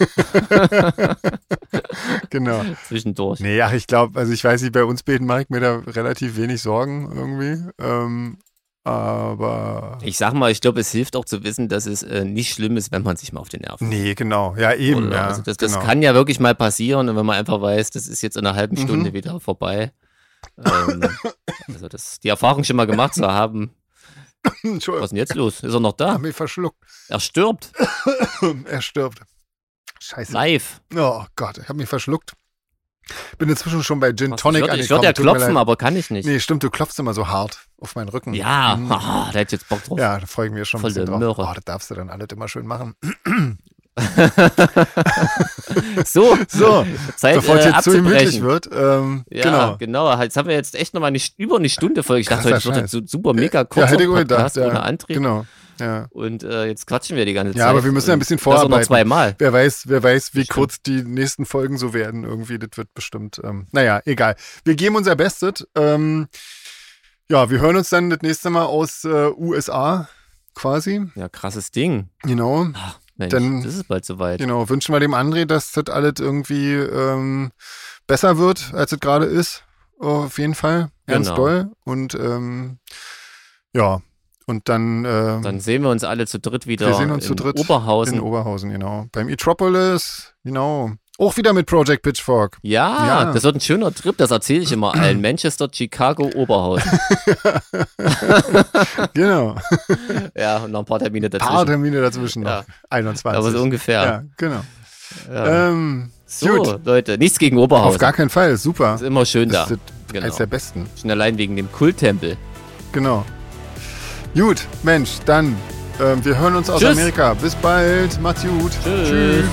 S2: Genau.
S1: zwischendurch.
S2: Nee, ach, ich glaube, also ich weiß nicht, bei uns beten mache ich mir da relativ wenig Sorgen irgendwie. Ähm, aber.
S1: Ich sag mal, ich glaube, es hilft auch zu wissen, dass es äh, nicht schlimm ist, wenn man sich mal auf den Nerven
S2: Nee, genau. Ja, eben.
S1: Oder?
S2: Ja,
S1: also das, das
S2: genau. Mhm.
S1: kann ja wirklich mal passieren und wenn man einfach weiß, das ist jetzt in einer halben Stunde wieder vorbei. Ähm, also das, die Erfahrung schon mal gemacht zu haben, was
S2: Entschuldigung,
S1: ist denn jetzt los? Ist er noch
S2: ich
S1: da?
S2: hab mich verschluckt.
S1: Er stirbt
S2: er stirbt. Scheiße.
S1: live.
S2: Oh Gott, ich habe mich verschluckt. Bin inzwischen schon bei Gin
S1: Was,
S2: Tonic
S1: ich würde ich
S2: angekommen.
S1: würd ja
S2: Tut mir
S1: klopfen,
S2: leid.
S1: aber kann ich nicht.
S2: Nee, stimmt, du klopfst immer so hart auf meinen Rücken.
S1: Ja,
S2: Mhm.
S1: haha, da hätte ich jetzt Bock drauf.
S2: Ja, da freue ich mich schon ein
S1: Volle
S2: bisschen drauf.
S1: Möhre.
S2: Oh, das darfst du dann alles immer schön machen.
S1: So,
S2: So,
S1: Zeit
S2: Bevor es
S1: äh,
S2: jetzt zu gemütlich
S1: abzubrechen.
S2: wird. Ähm,
S1: Ja,
S2: genau.
S1: genau. Jetzt haben wir jetzt echt nochmal eine, über eine Stunde Folge. Ich dachte,
S2: Krasser
S1: heute wird das
S2: Scheiß.
S1: so super mega
S2: Ja,
S1: kurz
S2: hätte ich auch gedacht.
S1: Podcast ohne
S2: Ja,
S1: Antrieb.
S2: genau. Ja.
S1: Und äh, jetzt quatschen wir die ganze Zeit.
S2: Ja, aber wir müssen ja ein bisschen
S1: Und das auch noch
S2: vorarbeiten.
S1: zweimal.
S2: Wer weiß, wer weiß, wie
S1: Stimmt.
S2: kurz die nächsten Folgen so werden. Irgendwie, das wird bestimmt. Ähm, naja, egal. Wir geben unser Bestes. Ähm, Ja, wir hören uns dann das nächste Mal aus äh, USA quasi.
S1: Ja, krasses Ding.
S2: Genau.
S1: Ach, Mensch,
S2: Dann-
S1: das ist bald soweit.
S2: Genau. Wünschen wir dem André, dass das alles irgendwie ähm, besser wird, als es gerade ist. Auf jeden Fall. Ganz
S1: Genau.
S2: doll. Und ähm, ja, und dann, ähm,
S1: Dann sehen wir uns alle zu dritt wieder
S2: Wir sehen uns
S1: in
S2: zu dritt
S1: Oberhausen.
S2: in Oberhausen, genau. Beim Etropolis, genau. Auch wieder mit Project Pitchfork.
S1: ja,
S2: Ja.
S1: das wird ein schöner Trip, das erzähle ich immer allen. Manchester, Chicago, Oberhausen.
S2: Genau.
S1: Ja, und noch ein paar Termine dazwischen.
S2: Paar Termine dazwischen noch.
S1: Ja.
S2: 21.
S1: Aber so ungefähr.
S2: ja, genau.
S1: Ja.
S2: Ähm,
S1: so,
S2: gut.
S1: Leute, nichts gegen
S2: auf
S1: Oberhausen.
S2: gar keinen Fall. Super.
S1: ist immer schön da.
S2: Das ist das
S1: Genau.
S2: eins der besten.
S1: Schon allein wegen dem Kulttempel.
S2: Genau. Gut, Mensch, dann ähm, wir hören uns aus
S1: Tschüss.
S2: Amerika. Bis bald. Macht's gut.
S1: Tschüss.